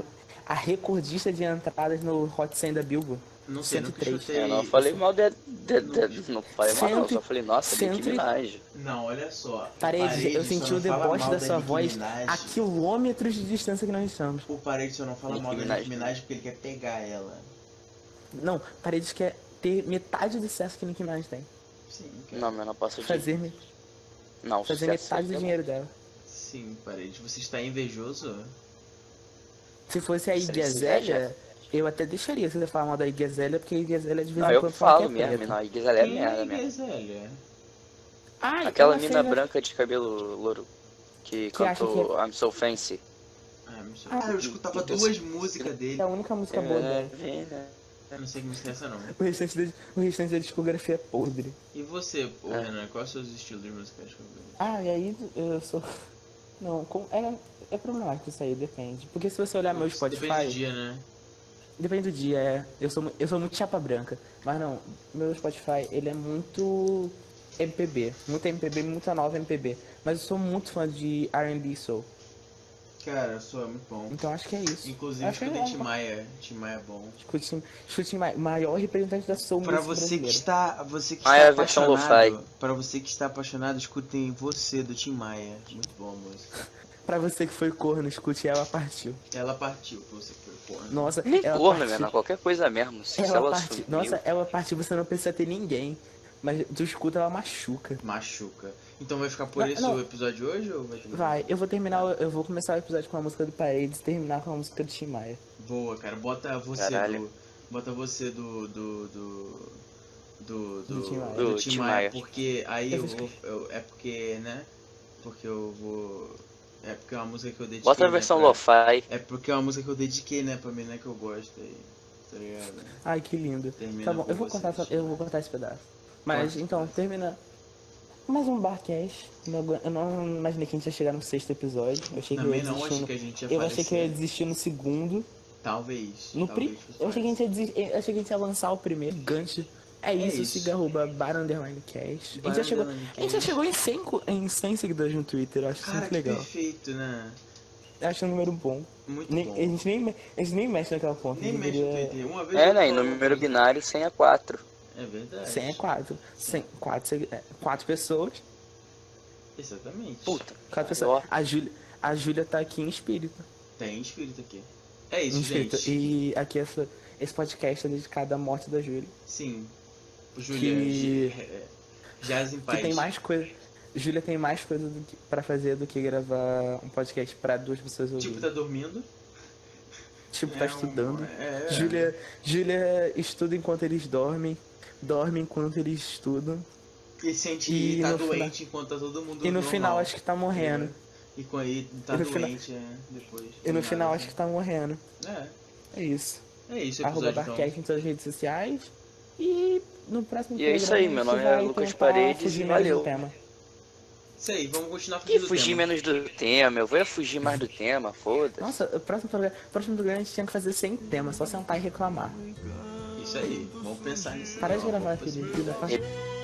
B: a recordista de entradas no Hot 100 da Bilbo.
A: Não sei, nunca
B: 103.
A: escutei.
C: Eu É, não falei mal de, de, de- Não falei mal, não.
B: Cento-
C: Só falei, nossa, Nicki
B: cento-
C: Minaj.
A: Não, olha só.
B: Paredes, eu
A: só
B: senti
A: não
B: o
A: fala
B: deboche
A: mal
B: da sua
A: Nicki
B: voz
A: Minaj.
B: a quilômetros de distância que nós estamos.
A: O Paredes só não fala
C: Nicki
A: mal da
C: Minaj.
A: Nicki Minaj porque ele quer pegar ela.
B: Não, Paredes quer ter metade do sucesso que Nick Minaj tem.
A: Sim, cara.
C: Não, menor, passa de.
B: Fazer, me-
C: Não, é
B: fazer
C: sucesso. né?
B: metade do
C: Eu-
B: dinheiro dela.
A: Sim, Paredes. Você está invejoso?
B: Se fosse a
C: Isso
B: Iggy
C: é
B: Azalea,
C: inveja.
B: eu até deixaria você falar mal da Iggy Azalea, porque a Iggy Azalea de vez
C: Não,
B: em
C: eu
B: quando fala
C: falo
B: que é
C: mesmo,
B: preta.
C: menor. Iggy Azalea é
A: Quem
C: merda
A: é
C: mesmo.
A: Gisele?
B: Ai,
C: Aquela
B: ela
C: mina
B: fez a-
C: branca de cabelo louro que
B: Que é acha
C: cantou I'm So Fancy.
A: Ah, não sei.
B: Ah,
A: Ah, eu escutava
C: então-
A: duas músicas dele.
B: É a única música boa dela.
A: Eu não sei que música é essa, não.
B: O restante, da, o restante da discografia é podre.
A: E você, pô,
C: É.
A: Renan, quais são os estilos musicais que eu vejo?
B: Ah, e aí eu sou. *laughs* Não, com... é, é problemático isso aí, depende. Porque se você olhar É meu Spotify,
A: Depende do dia, né?
B: depende do dia, é. Eu sou, mu- eu sou muito chapa branca. Mas não, meu Spotify, ele é muito MPB. Muita MPB, muita nova MPB. Mas eu sou muito fã de RB Soul.
A: Cara, eu sou muito bom.
B: Então acho que é isso.
A: Inclusive,
B: acho que
A: escutei
B: é
A: Tim Maia. Tim Maia é bom.
B: Escute, escute ma- maior representante da Soul
A: Pra
B: music
A: você que
B: brasileira.
A: está, você que está
C: Ah, é a versão
A: apaixonado, para você que está apaixonado, escutem você do Tim Maia. Muito bom, música.
B: Pra você que foi corno, escute ela partiu.
A: Ela partiu, pra você que foi corno.
B: Nossa,
C: Nem
B: ela
C: corno,
B: partiu.
C: menor. É, Qualquer coisa mesmo. Se
B: Ela
C: ela
B: parte,
C: sumiu.
B: nossa, ela parte, você não precisa ter ninguém. Mas tu escuta, ela machuca.
A: Machuca. Então vai ficar por
B: Não,
A: isso
B: não.
A: o episódio de hoje ou vai ter mais?
B: Vai, eu vou terminar, o- eu vou começar o episódio com a música do Paredes e terminar com a música do Tim Maia.
A: Boa, cara. Bota você
C: Caralho.
A: do. Bota você do. do. do. do. do,
B: Do Tim Maia.
A: do
C: Do
A: Tim
C: Tim
A: Maia,
C: Maia.
A: porque aí
B: Eu
A: eu
B: vou
A: vou. eu- é porque, né? Porque eu vou. É porque é uma música que eu dediquei.
C: Bota a
A: né,
C: versão
A: pra-
C: lo-fi.
A: É porque é uma música que eu dediquei, né, pra menina que eu gosto aí. Tá ligado?
B: Ai, que lindo.
A: Termina
B: Tá bom,
A: com
B: eu vou,
A: vocês.
B: cortar, essa- eu vou cortar esse pedaço. Mas
A: Corta.
B: então, termina. Mais um barcast. Não agu- Eu não imaginei que a gente ia chegar no sexto episódio. Eu achei que eu ia
A: Também não
B: desistir
A: achei
B: no...
A: que a gente ia
B: Eu achei que eu ia
A: aparecer.
B: desistir no segundo.
A: Talvez.
B: No
A: talvez
B: pri...
A: fosse
B: Eu achei que a
A: mais.
B: gente ia desi- eu achei que a gente ia lançar o primeiro. Gigante. É isso,
A: isso.
B: siga arroba bar underline cast. A gente já
A: Barão
B: chegou.
A: Delano
B: A gente já
A: Cage.
B: chegou em 100, co- em 100 seguidores no Twitter, eu acho isso
A: Cara,
B: muito
A: que
B: legal.
A: perfeito, né?
B: Eu Acho um número bom.
A: Muito
B: Nem-
A: bom.
B: a, gente nem, me- a gente nem mexe naquela conta.
A: Nem
B: eu
A: mexe no
B: diria-
A: Twitter. Uma vez
C: É,
A: eu
C: né? E
B: então,
A: falo.
C: número binário 100 a 4.
A: É verdade.
B: 100 é 4. 100, 4, é, pessoas.
A: Exatamente.
C: Puta.
B: quatro
C: Ó.
B: pessoas. A Júlia, a Júlia tá aqui em espírito.
A: Tem espírito aqui. É
B: Em
A: isso,
B: espírito.
A: gente.
B: E aqui essa- esse podcast é dedicado à morte da Júlia.
A: Sim. O
B: Que-
A: Júlia. Jazz em paz.
B: Que tem mais coisa. Júlia tem mais coisa do que, pra fazer do que gravar um podcast pra duas pessoas ouvirem.
A: Tipo,
B: Tipo,
A: tá dormindo.
B: tá
A: É um-
B: estudando.
A: É.
B: Júlia, Júlia estuda enquanto eles dormem, dorme enquanto eles estudam.
A: E sente
B: E
A: que tá
B: no final-
A: doente enquanto tá todo mundo
B: e no
A: normal.
B: final acho que tá morrendo.
A: E com aí tá
B: E no final-
A: doente, é, depois.
B: E no final acho que tá morrendo.
A: É.
B: É isso.
A: É isso,
B: Arroba
A: episódio então.
B: Darkcast em todas as redes sociais. E no próximo
C: E é isso
B: programa
C: aí,
B: a gente
C: meu nome é
B: vai
C: Lucas
B: tentar
C: Paredes
B: fugir
C: e
B: mais do
C: valeu.
B: tema.
A: Isso aí, vamos continuar
C: E
A: fugindo do
C: fugir
A: tema.
C: menos do tema, eu vou é fugir mais do tema, foda-se.
B: Nossa, o próximo programa, próximo programa a gente tinha que fazer sem tema, só sentar e reclamar.
A: Isso aí, vamos pensar nisso.
B: Para
A: aí,
B: de
A: ó,
B: gravar,
A: vamos
B: querido. Faz-